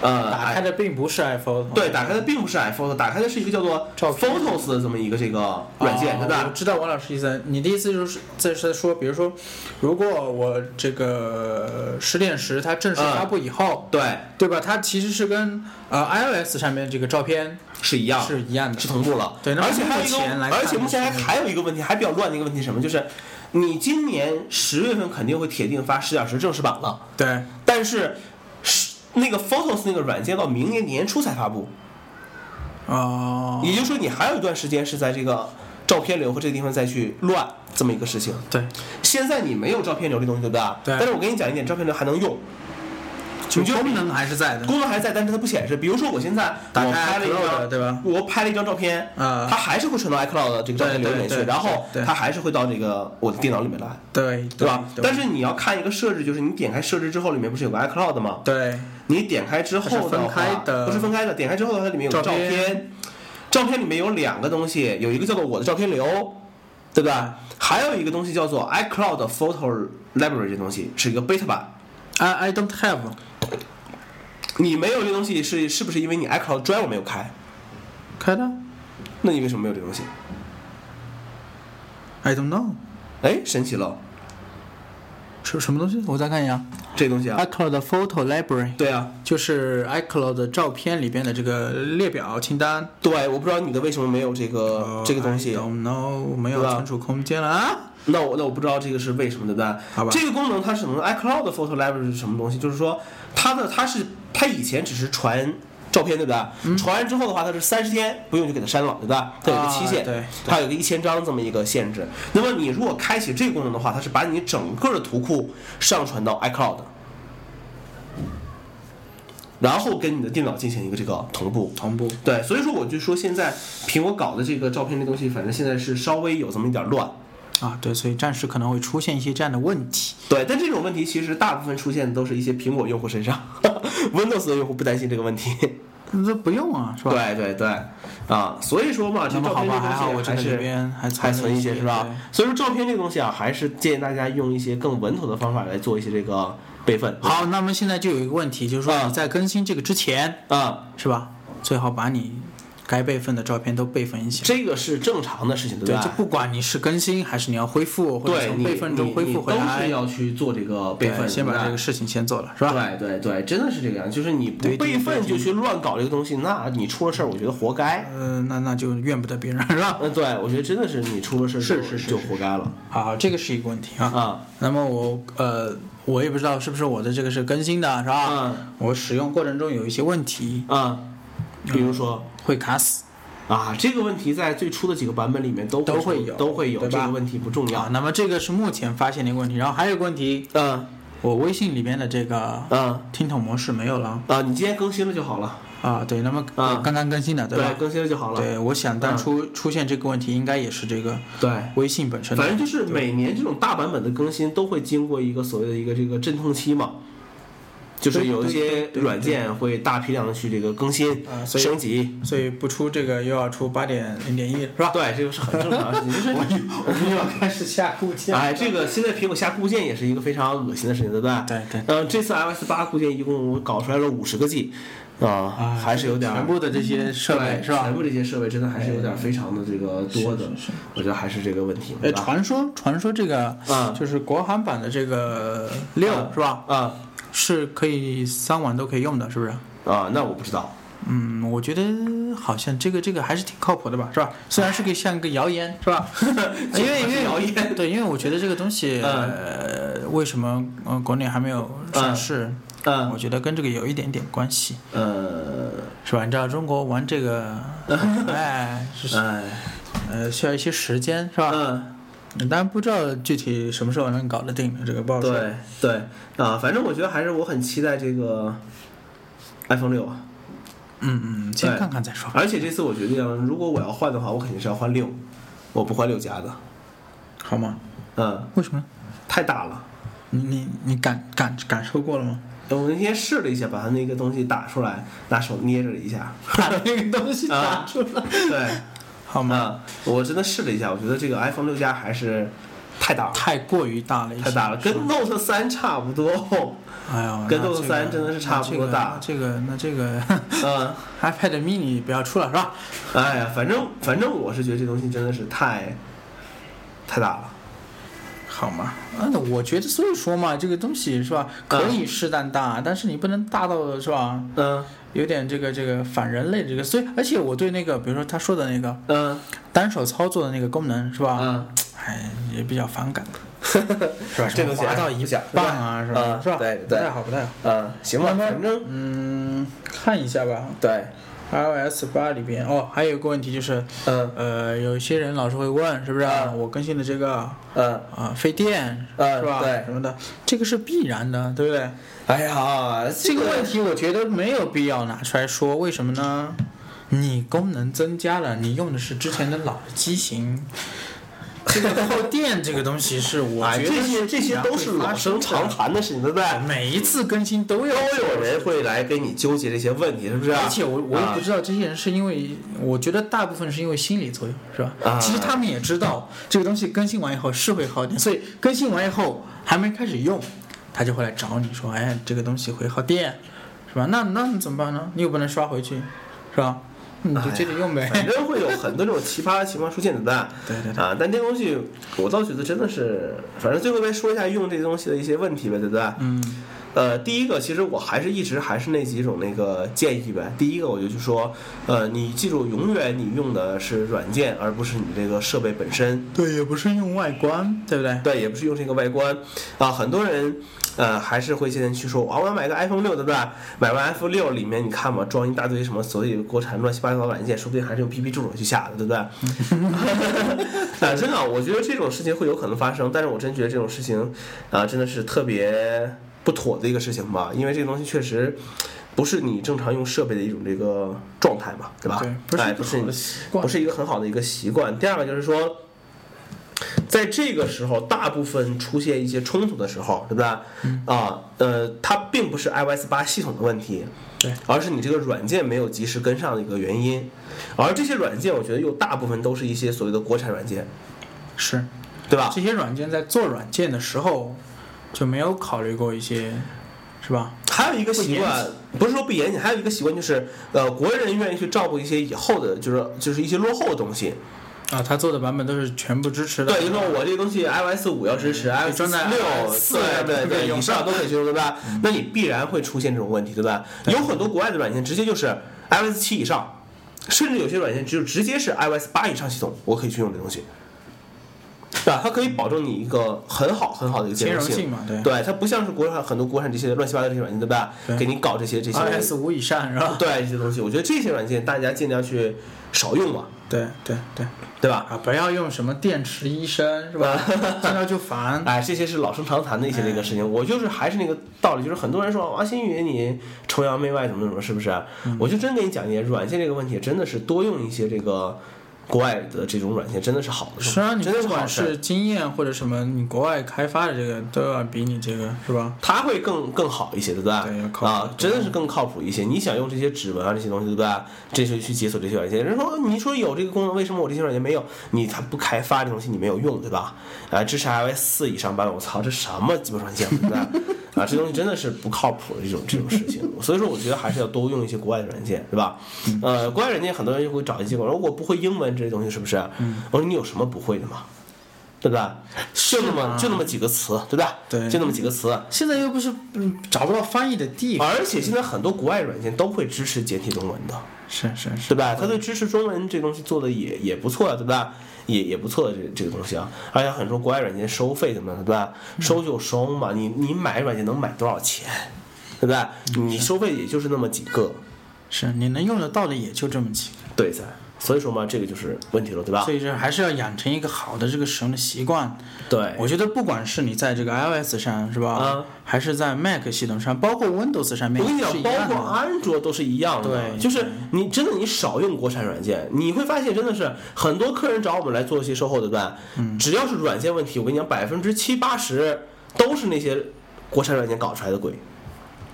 呃打开 i- 的并不是 iPhone，对，打开的并不是 iPhoto，打开的是一个叫做照片 Photos 的这么一个这个软件，哦对吧？我知道王老师意思，你的意思就是这是说，比如说，如果我这个呃十点十它正式嗯发布以后，对，对吧？它其实是跟呃 iOS 上面这个照片是一样，是一样的，是同步了。对那么而且还有一目前来个，看而且目前还就是还有一个问题，还比较乱的一个问题是什么？就是你今年十月份肯定会铁定发十点十正式版了，对，但是是那个 Photos 那个软件到明年年初才发布，哦，也就是说你还有一段时间是在这个照片流和这个地方再去乱这么一个事情。对，现在你没有照片流这东西，对不对？对但是我跟你讲一点，照片流还能用。就你就功能还是在的。功能还在，但是它不显示。比如说，我现在打我开拍了一 iCloud 张，对吧我拍了一张照片，啊它还是会传到 iCloud 的这个照片流里面对去，对对然后对对它还是会到这个我的电脑里面来，对对吧？但是你要看一个设置，就是你点开设置之后，里面不是有个 iCloud 吗？对你点开之后的话它是分开的不是分开的，点开之后它里面有照照片片，照片里面有两个东西，有一个叫做我的照片流，对吧？还有一个东西叫做 iCloud Photo Library，这东西是一个 beta 版。 I I don't have，你没有这东西是是不是因为你 iCloud Drive 没有开？开的那你为什么没有这东西？ ，I don't know，哎，神奇了，是什么东西？我再看一下这东西啊， ，iCloud 的 Photo Library，对啊，就是 iCloud 的照片里边的这个列表清单。对，我不知道你的为什么没有这个、哦这个东西。 ，don't know，没有对吧存储空间了啊。那我那我不知道这个是为什么的，但好吧这个功能它是什么？iCloud Photo Library 是什么东西？就是说它的它是它以前只是传照片，对不对？传完之后的话，它是三十天不用就给它删了，对吧？它有一个期限，嗯啊对对它有一个一千张这么一个限制。那么你如果开启这个功能的话，它是把你整个的图库上传到 iCloud，然后跟你的电脑进行一个这个同步。同步。对，所以说我就说现在苹果搞的这个照片这东西，反正现在是稍微有这么一点乱。啊，对，所以暂时可能会出现一些这样的问题。对，但这种问题其实大部分出现的都是一些苹果用户身上 ，Windows 的用户不担心这个问题。这不用啊， 是吧？对对对，啊，所以说嘛，这那么照好片吧，还好这我东西这还个里是边还还存存了一些是吧？所以说照片这个东西啊，还是建议大家用一些更稳妥的方法来做一些这个备份。对好，那么现在就有一个问题，就是嗯说你在更新这个之前，啊，是吧？最好把你该备份的照片都备份一下。这个是正常的事情，对，吧就？不管你是更新还是你要恢复，或者对，从你备份中你恢你复回都是来，要去做这个备对份，先把对吧这个事情先做了，是吧？对对对，真的是这个样，就是你不对对备份对就去乱搞这个东西，那你出了事儿，我觉得活该。呃，那那就怨不得别人， 是吧？嗯，对，我觉得真的是你出了事儿就是是是就活该了好，这个是一个问题啊。啊那么我呃，我也不知道是不是我的这个是更新的，是吧？嗯我使用过程中有一些问题啊！比如说会卡死啊，这个问题在最初的几个版本里面都都会会有有都会有，对这吧个问题不重啊要。。那么这个是目前发现的一个问题，然后还有一个问题，嗯我微信里边的这个嗯听筒模式没有了啊，你今天更新了就好了，啊。对，那么啊刚刚更新的，对对，吧？更新了就好了。对，我想当初出现这个问题，应该也是这个对，微信本身的反正就是每年这种大版本的更新都会经过一个所谓的一个这个阵痛期嘛。就是对有一对些对对软件会大批量的去这个更新、啊所以升级，所以不出这个又要出八点零点一， 是吧？对，这个是很正常的事情。就是我 又要开始下固件哎，这个现在苹果下固件也是一个非常恶心的事情，对不对？啊对对嗯、这次 iOS 八固件一共搞出来了五十个 G，啊、啊还是有点儿全部的这些设备对是吧全？部这些设备真的还是有点儿非常的这个多的，是是是我觉得哎还是哎这个问题，呃，对吧？传说传说这个嗯就是国行版的这个六嗯是吧？啊是可以三晚都可以用的，是不是？啊，那我不知道，嗯，我觉得好像这个这个还是挺靠谱的吧，是吧？虽然是个像个谣言，是 吧？因为因为谣言，对，因为我觉得这个东嗯西，呃，为什么呃国内还没有上市？嗯我觉得跟这个有一点点关系，呃，是吧？你知道中国玩这 个，哎，是哎，呃，需要一些时间，是吧？嗯，当然不知道具体什么时候能搞得定这个不好说。对对啊，反正我觉得还是我很期待这个 iPhone 六啊，嗯嗯，先对看看再说吧。而且这次我决定，如果我要换的话，我肯定是要换六，我不换六加的，好吗？嗯，为什么呢？太大了。你你你感感感受过了 吗？我那天试了一下，把它那个东西打出来，拿手捏着了一下。把那个东西打出 来，对，好吗？啊，我真的试了一下，我觉得这个 iPhone 六加还是太大了，太过于大了一些，太大了，跟 Note 三差不多。哎呦，跟那 Note 这个3真的是差不多大那这个那这个 那这个嗯， iPad mini 不要出了是吧？哎呀，反正反正我是觉得这东西真的是太太大了。好吗？啊那我觉得所以说嘛，这个东西是吧，可以适当大，但是你不能大到是吧，嗯有点这个这个反人类这个。所以，而且我对那个，比如说他说的那个嗯单手操作的那个功能是吧，嗯，哎，也比较反 感，是吧？这东西滑到还是一不讲半啊，是吧？嗯是吧？啊对不对太好，不太好。嗯，行吧，反正嗯，看一下吧。对， iOS 八里边哦，还有一个问题就是，嗯呃，有些人老是会问，是不是、啊嗯我更新的这个啊、嗯，费电、嗯是吧？对什么的，这个是必然的，对不对？哎呀，这个问题我觉得没有必要拿出来说，为什么呢？你功能增加了，你用的是之前的老的机型，这个后店这个东西是我哎，觉这得些是这些都是经常会老发生生的常谈的事情，对不对？每一次更新都有都有人会来跟你纠结这些问题，是不是啊？而且我我也啊不知道这些人是因为，我觉得大部分是因为心理作用，是吧？啊其实他们也知道这个东西更新完以后是会好一点，所以更新完以后还没开始用，他就会来找你说：“哎，这个东西会耗电，是吧？”那那你怎么办呢？你又不能刷回去，是吧？你就接着用呗。反正会有很多这种奇葩的情况出现的，对吧？ 对对对啊，但这东西我倒觉得真的是，反正最后再说一下用这东西的一些问题呗，对不对？嗯，呃，第一个其实我还是一直还是那几种那个建议呗。第一个我就去说，呃，你记住，永远你用的是软件，而不是你这个设备本身。对，也不是用外观，对不对？对，也不是用这个外观啊，很多人。呃，还是会先去说，啊，我要买个 iPhone 六，对不对？买完 iPhone 六里面，你看嘛，装一大堆什么所谓国产乱七八糟的软件，说不定还是用 PP 助手去下的，对不对？ 啊，真的，我觉得这种事情会有可能发生，但是我真觉得这种事情啊、真的是特别不妥的一个事情吧，因为这个东西确实不是你正常用设备的一种这个状态嘛，对吧？对不是哎一个不是好你的习惯不是一个很好的一个习惯。第二个就是说，在这个时候，大部分出现一些冲突的时候，对不对？啊、嗯呃，它并不是 iOS 八系统的问题，对，而是你这个软件没有及时跟上的一个原因。而这些软件，我觉得又大部分都是一些所谓的国产软件，是对吧？这些软件在做软件的时候就没有考虑过一些，是吧？还有一个习惯，不是说不严谨，还有一个习惯就是，呃，国人愿意去照顾一些以后的，就是就是一些落后的东西。啊，他做的版本都是全部支持的。对，就说我这个东西 iOS 五要支持，iOS 装嗯在六、四啊对都可以对用嗯以上都可以去用，对吧？那你必然会出现这种问题，对吧？有很多国外的软件直接就是 iOS 七以上，甚至有些软件只有直接是 iOS 八以上系统，我可以去用这东西。对吧？它可以保证你一个很好很好的一个兼容兼容性嘛对它不像是国产很多国产这些乱七八糟这些软件，对吧？对给你搞这些这些 iOS 五以上是吧？对这些东西，我觉得这些软件大家尽量去少用嘛，对对对对吧？啊，不要用什么电池医生是 吧？见到就烦。哎，这些是老生常谈的一些这个哎事情。我就是还是那个道理，就是很多人说啊，新宇你崇洋媚外怎么怎么，是不是？啊嗯我就真给你讲一点，软件这个问题真的是多用一些这个国外的这种软件，真的是好的东西。实际上，你真的不好管事是经验或者什么，你国外开发的这个都要比你这个是吧？它会更更好一些，对不对？对要靠谱啊，真的是更靠谱一些。你想用这些指纹啊这些东西，对不对？这就去解锁这些软件。人说哦你说有这个功能，为什么我这些软件没有？你它不开发这东西，你没有用，对吧？啊，支持 iOS 四以上版本，我操，这什么鸡巴软件，对不对？ 啊，这东西真的是不靠谱的这种这种事情。所以说，我觉得还是要多用一些国外的软件，对吧？嗯呃，国外软件很多人就会找一些，我哎说我不会英文这些东西，是不是？嗯我说你有什么不会的吗？对不对？就那么就那么几个词，对不对？对就那么几个词。现在又不是嗯找不到翻译的地方。而且现在很多国外软件都会支持简体中文的，是是是，对吧？它对支持中文这东西做的也也不错，对吧？也也不错，这这个东西啊，而且很多国外软件收费怎么样，对吧？收就收嘛，你你买软件能买多少钱，对吧？你收费也就是那么几个，是你能用得到的也就这么几个，对噻。所以说嘛，这个就是问题了，对吧所？以这还是要养成一个好的这个使用的习惯。对，我觉得不管是你在这个 iOS 上是吧啊，还是在 Mac 系统上，包括 Windows 上面，我跟你是讲，一包样的括安卓都是一样的，对就是你真的你少用国产软件，你会发现真的是很多客人找我们来做一些售后的吧，嗯只要是软件问题，我跟你讲，百分之七八十都是那些国产软件搞出来的鬼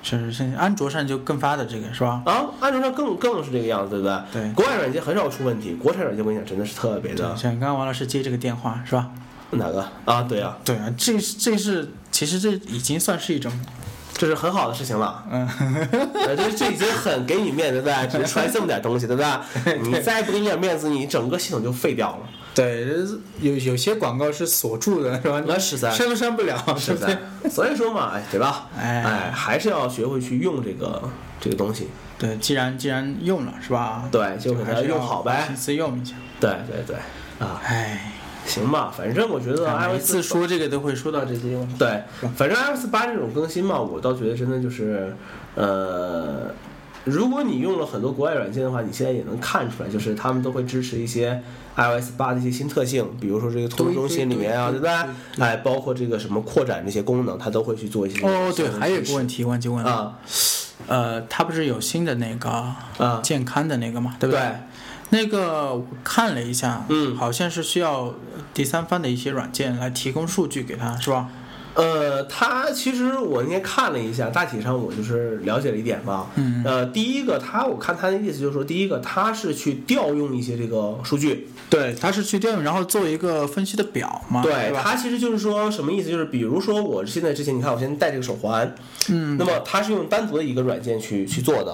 是是是，安卓上就更发的这个是吧？啊！安卓上更更是这个样子，对不对？对国外软件很少出问题，国产软件我跟你讲真的是特别的像刚刚王老师接这个电话是吧？哪个啊？对啊，对啊，这这是其实这已经算是一种，这是很好的事情了， 嗯，这这已经很给你面子，对不对？只出来这么点东西，对不 对？你再不给你点面子，你整个系统就废掉了。对，有有些广告是锁住的是吧？那是噻删都删不了，是是不不是是？？ 所以说嘛，哎，对吧？哎哎，还是要学会去用这个这个东西。对，既然既然用了是吧？对就给它还是要用好呗心思用一下。对对对，啊，哎，行吧，反正我觉得每一 iOS 次说这个都会说到这些问题。对，反正 iOS 八这种更新嘛，我倒觉得真的就是，呃，如果你用了很多国外软件的话，你现在也能看出来，就是他们都会支持一些 iOS 八的一些新特性，比如说这个通知中心里面啊，对对对吧？哎，包括这个什么扩展这些功能，它都会去做一些。哦，对，还有一个问题忘记问了，啊，呃，它不是有新的那个啊健康的那个嘛，对不对那个我看了一下，嗯好像是需要第三方的一些软件来提供数据给他，是吧？呃，它其实我那天看了一下，大体上我就是了解了一点吧。嗯，呃，第一个它，我看它的意思就是说，第一个它是去调用一些这个数据，对，他是去调用，然后做一个分析的表嘛，对，啊吧？它其实就是说什么意思？就是比如说我现在之前，你看我现在戴这个手环，嗯，那么它是用单独的一个软件去去做的，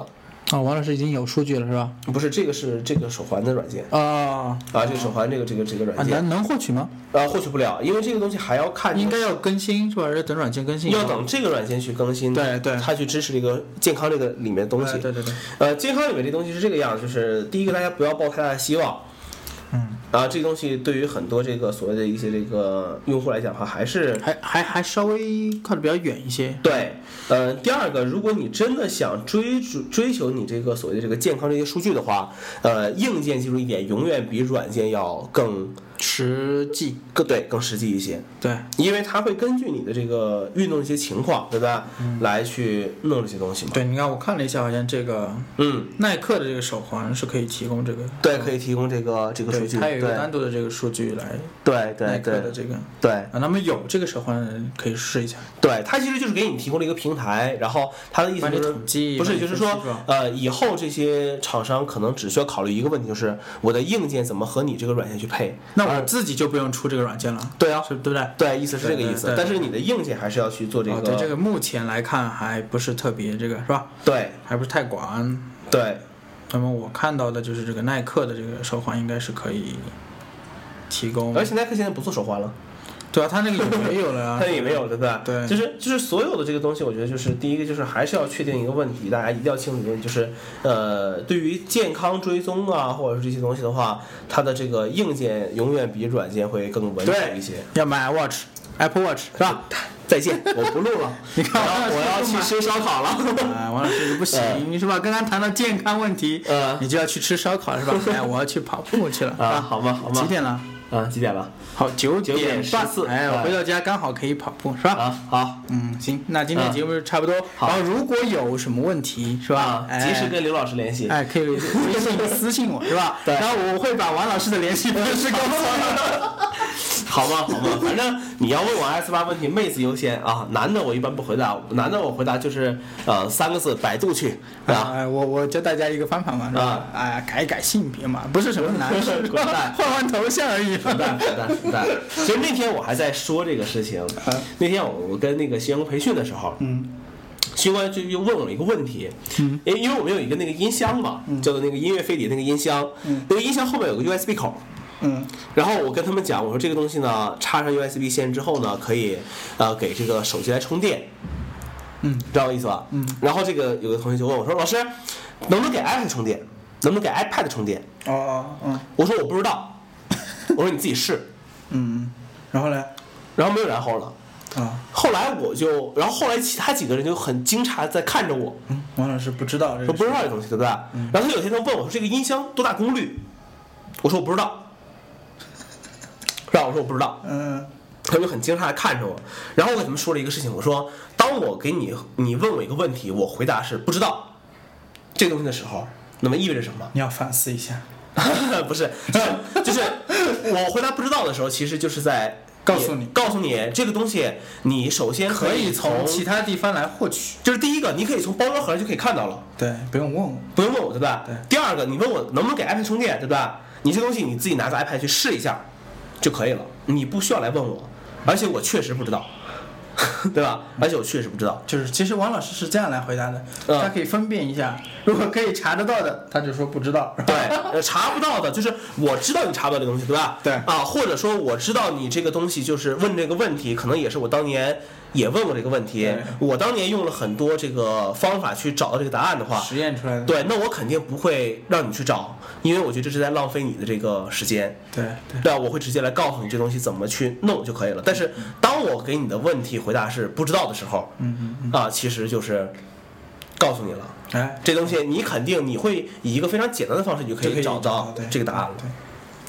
啊、王老师已经有数据了，是吧？不是这个是这个手环的软件啊、啊，这个手环这个这个这个啊，软件能能获取吗？啊，获取不了，因为这个东西还要看应该要更新是吧？要等软件更新以后，要等这个软件去更新，对对它去支持这个健康这个里面的东西哎。对对对，呃，健康里面这东西是这个样，就是第一个大家不要抱太大的希望。嗯，啊，这东西对于很多这个所谓的一些这个用户来讲的话，还是还还还稍微靠得比较远一些。对，呃，第二个，如果你真的想追逐追求你这个所谓的这个健康这些数据的话，呃，硬件技术一点永远比软件要更实际，更对更实际一些，对，因为它会根据你的这个运动一些情况，对吧，嗯来去弄这些东西嘛。对，你看我看了一下，好像这个嗯，耐克的这个手环是可以提供这个，对，可以提供这个这个数对，据，它有对一个单独的这个数据来对耐对克的对这个对啊，那么有这个手环的人可以试一下，对，它其实就是给你提供了一个平台，然后它的意思帮你就是统计，不是，帮你就是分析说，呃，以后这些厂商可能只需要考虑一个问题，就是我的硬件怎么和你这个软件去配。呃那我自己就不用出这个软件了，对啊，是对不对？对，意思是这个意思对对。对但是你的硬件还是要去做这啊，对，这个，个目前来看还不是特别这个是吧？对还不是太广。对那么我看到的就是这个耐克的这个手环应该是可以提供，而且耐克现在不做手环了，对啊，它那个也没有了啊 它，也没有，对吧？对就是就是所有的这个东西，我觉得就是第一个就是还是要确定一个问题，大家一定要清楚一个问题，就是呃，对于健康追踪啊，或者是这些东西的话，它的这个硬件永远比软件会更稳妥一些。要买 Watch。Apple Watch 是吧？再见，我不录 了，你看我王老要师我要去吃烧 烤了。啊，王老师不嗯行是吧？刚刚谈到健康问题，呃你就要去吃烧烤是吧？哎，我要去跑步去了啊，好吧，好吧，几点了？啊？几点了？好，九九点点半14哎，我回到家刚好可以跑步是吧？啊，好。嗯，行，那今天啊节目就差不多。好然后如果有什么问题是吧啊，，哎及时跟刘老师联系。哎，可以微 信私信我是吧？对然后我会把王老师的联系方式告诉 你。好吧，好吧，反正你要问我 S 八问题，妹子优先啊。男的我一般不回答，男的我回答就是呃三个字，百度去啊。哎，我我教大家一个方法嘛，是吧啊？哎，改一改性别嘛，不是什么难事，是吧 滚蛋换换头像而 已。混蛋，混蛋，混蛋！其实那天我还在说这个事情。那天我我跟那个徐阳培训的时候，啊嗯，徐官就又问我一个问题，嗯，因因为我们有一个那个音箱嘛，叫做那个音乐飞碟那个音箱，嗯那个音箱后面有个 USB 口，嗯然后我跟他们讲，我说这个东西呢，插上 USB 线之后呢，可以呃给这个手机来充电，嗯，知道我意思吧？嗯。然后这个有个同学就问我说，老师，能不能给 iPad 充电？能不能给 iPad 充电？哦哦嗯我说我不知道，我说你自己试。嗯，然后呢？然后没有然后了。啊，后来我就，然后后来其他几个人就很惊诧地在看着我，嗯，王老师不知道这我个不知是嗯道这东西，对不对？然后他有一天他问我说这个音箱多大功率，我说我不知道，然后我说我不知道，嗯他们就很惊诧地看着我，然后我给他们说了一个事情，我说当我给你你问我一个问题，我回答是不知道这个东西的时候，那么意味着什么？ 你要反思一下，不是，就是就是我回答不知道的时候，其实就是在告诉你告诉你这个东西，你首先可以以从其他地方来获取。就是第一个，你可以从包装盒就可以看到了，对，不用问我。不用问我，对吧？对第二个，你问我能不能给 iPad 充电，对吧？你这东西你自己拿着 iPad 去试一下就可以了，你不需要来问我，而且我确实不知道，对吧？嗯而且我确实不知道。就是其实王老师是这样来回答的，嗯他可以分辨一下，如果可以查得到的，他就说不知道。对， 呃查不到的，就是我知道你查不到这个东西，对吧？对啊，或者说我知道你这个东西，就是问这个问题，可能也是我当年也问过这个问题对，我当年用了很多这个方法去找到这个答案的话，实验出来的。对，那我肯定不会让你去找，因为我觉得这是在浪费你的这个时间。对对对啊，我会直接来告诉你这东西怎么去弄就可以了。但是当我给你的问题回答是不知道的时候，嗯啊，其实就是告诉你了，嗯，哎，这东西你肯定你会以一个非常简单的方式，你就可就可以以找到对这个答案了，对，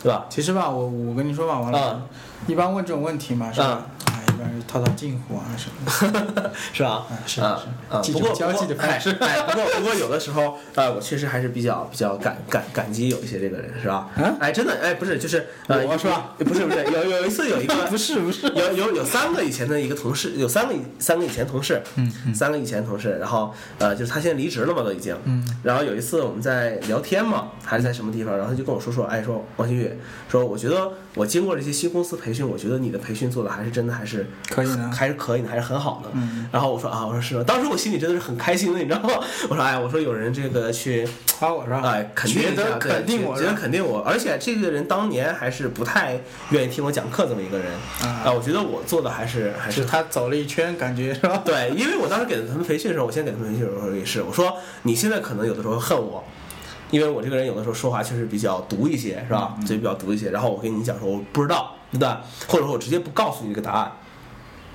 对吧？其实吧，我我跟你说吧，王老师，嗯一般问这种问题嘛，是吧？哎，般是套套近乎啊什么 的。是吧？嗯是啊是啊，几不种过交际的不过方式哎哎，不 过不过有的时候，呃，我确实还是比较比较感感感激有一些这个人，是吧？哎，真的，哎，不是，就是呃，啊我是吧？不是不是，有有一次有一个不是不是，有有有三个以前的一个同事，有三个以三个以前同事，嗯嗯三个以前同事，然后呃，就是他现在离职了嘛，都已经，嗯，然后有一次我们在聊天嘛，还是在什么地方，然后他就跟我说说，哎，说王新宇，说我觉得我经过这些新公司培训，我觉得你的培训做的还是真的还是可以呢还是可以的，还是很好的，嗯，然后我说啊，我说是吗？当时我心里真的是很开心的，你知道吗？我说哎，我说有人这个去。夸我是吧？哎，肯定觉一下得对肯定我觉是得吧？肯定我，而且这个人当年还是不太愿意听我讲课这么一个人啊我觉得我做的还是还。就是他走了一圈，感觉是吧？ 对，因为我当时给他们培训的时候，我先给他们培训的时候也是，我说你现在可能有的时候恨我，因为我这个人有的时候说话确实比较毒一些，是吧？嗯嘴比较毒一些，然后我跟你讲说我不知道，对吧？或者说我直接不告诉你这个答案，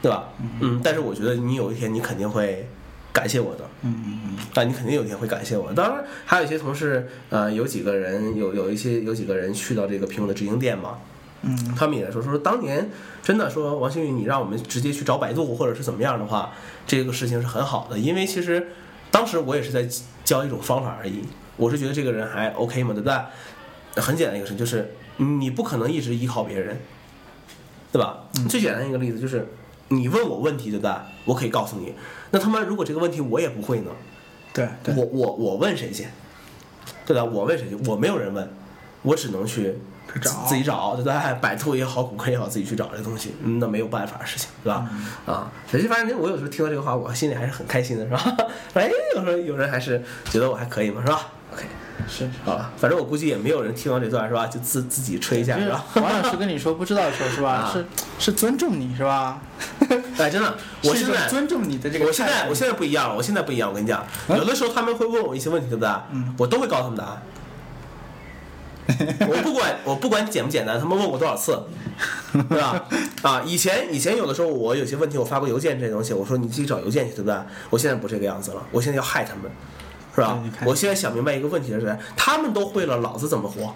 对吧？嗯，但是我觉得你有一天你肯定会感谢我的，嗯嗯嗯，但你肯定有一天会感谢我。当然，还有一些同事，呃，有几个人有有一些有几个人去到这个苹果的直营店嘛，嗯，他们也说说当年真的说王新宇，你让我们直接去找百度或者是怎么样的话，这个事情是很好的，因为其实当时我也是在教一种方法而已，我是觉得这个人还 OK 嘛，对不对？很简单一个事情就是你不可能一直依靠别人，对吧？最简单一个例子就是你问我问题，对不对？我可以告诉你，那他妈如果这个问题我也不会呢？对对，我我我问谁去？对吧？我问谁去？我没有人问，我只能去去找自己找，对吧？哎百度也好，谷歌也好，自己去找这东西，嗯那没有办法的事情，对吧？嗯啊，所以反正我有时候听到这个话，我心里还是很开心的，是吧？ 哎，有时候有人还是觉得我还可以嘛，是吧？OK，是。好了，反正我估计也没有人听到这段，是吧？就自自己吹一下，就是是吧？王老师跟你说不知道的时候是吧？啊是是尊重你是吧？哎，真的，我是一现种在尊重你的这个态度。啊我现在我现在不一样了，我现在不一样，我跟你讲，有的时候他们会问我一些问题，对不对？嗯我都会告诉他们答 案。我不管我不管简不简单，他们问我多 少次，对吧？啊，以前以前有的时候我有些问题我发过邮件这些东西，我说你自己找邮件去，对不对？我现在不这个样子了，我现在要害他们，是吧对你？看我现在想明白一个问题的是，他们都会了，老子怎么活？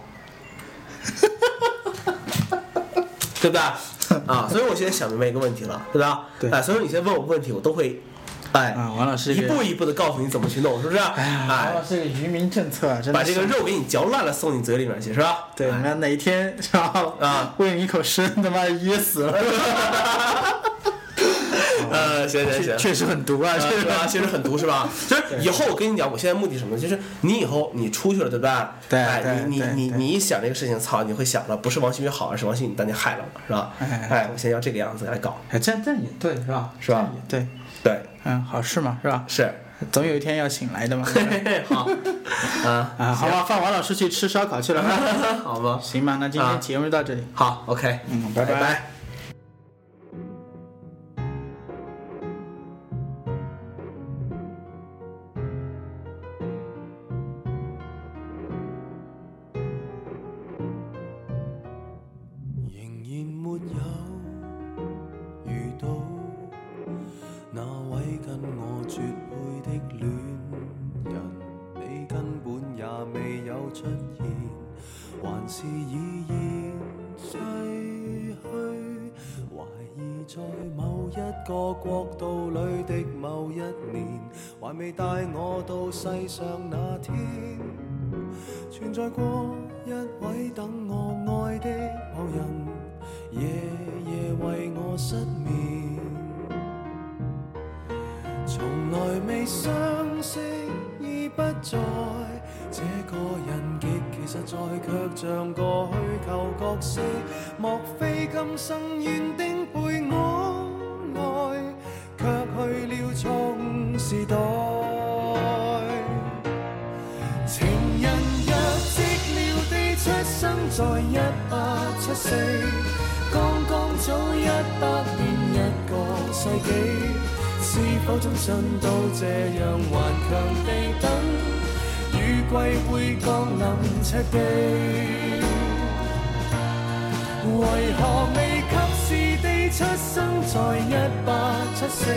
对不对？啊，所以我现在想明白一个问题了，对吧？对哎，所以你先问我问题，我都会，哎，啊，王老师一这个步一步的告诉你怎么去弄，是不是？哎呀，王哎老，师这个愚民政策啊，真的把这个是肉给你嚼烂了送你嘴里面去，是吧？对，你看哪一天是吧？啊，喂你一口生，他妈噎死了，呃，行行确行。确实很毒啊，啊，确是实吧？其实很毒，是吧？就是以后我跟你讲，我现在目的是什么？就是你以后你出去了，对吧？对哎，你对你你对你一想这个事情，操，你会想了，不是王新宇好，而是王新宇当年害了我，是吧？哎哎，我现在要这个样子来搞，哎，这样这样也对是吧？是这吧样也对，对，嗯，好事嘛是吧？是，总有一天要醒来的嘛。 好，啊 啊，好吧，放王老师去吃烧烤去了。 好吧，行吧，那今啊天节目就到这里。好，OK，嗯拜拜拜拜仍然沒有遇到那位跟我絕配的戀人，你根本也未有出現，還是已然逝去，懷疑在某一個國度裏的某一年，還未帶我到世上那天。存在過一位等我愛的某人，夜夜為我失眠。從來未相識已不在，這個人極其實在，卻像個虛構角色。莫非今生緣定陪我來，卻去了創時代。情人若寂寥地出生在一八七四，剛剛早一百年一個世紀，是否終身都這樣頑強地等，雨季會降臨赤地？為何未及時地出生在一八七四？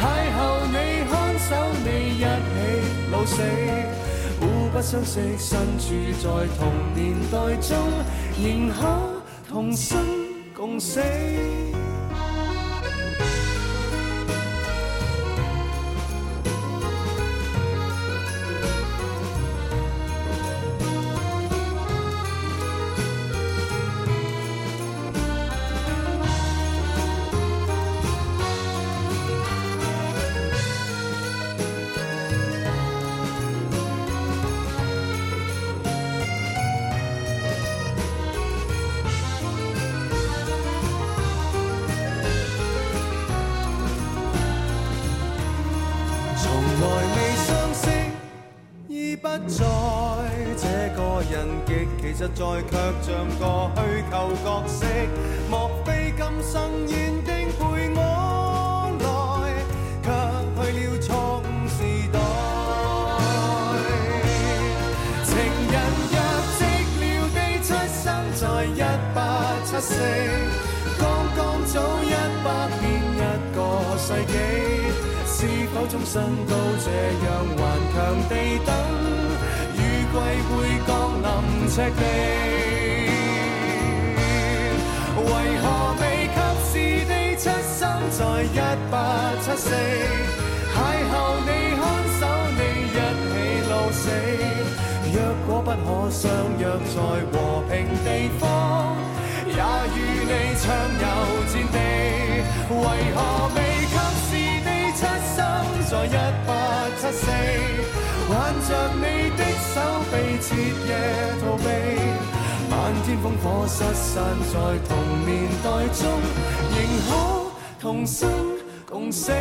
邂逅你，看守你，一起老死。互不相識，身處在同年代中，仍可同生共死。其實在卻像個虛構角色。莫非今生願定陪我來，卻去了錯誤時代。情人若寂寥地出生在一八七四，剛剛早一百年一個世紀，是否終身都這樣頑強地等？雨季會降臨赤地。為何未及時地出生在一八七四？邂逅你看守你一起老死。若果不可相約在和平地方，也與你暢遊戰地。為何未及時地出生在一八七四？挽着你的手被徹夜逃避。漫天烽火失散在同年代中，仍可同生共死。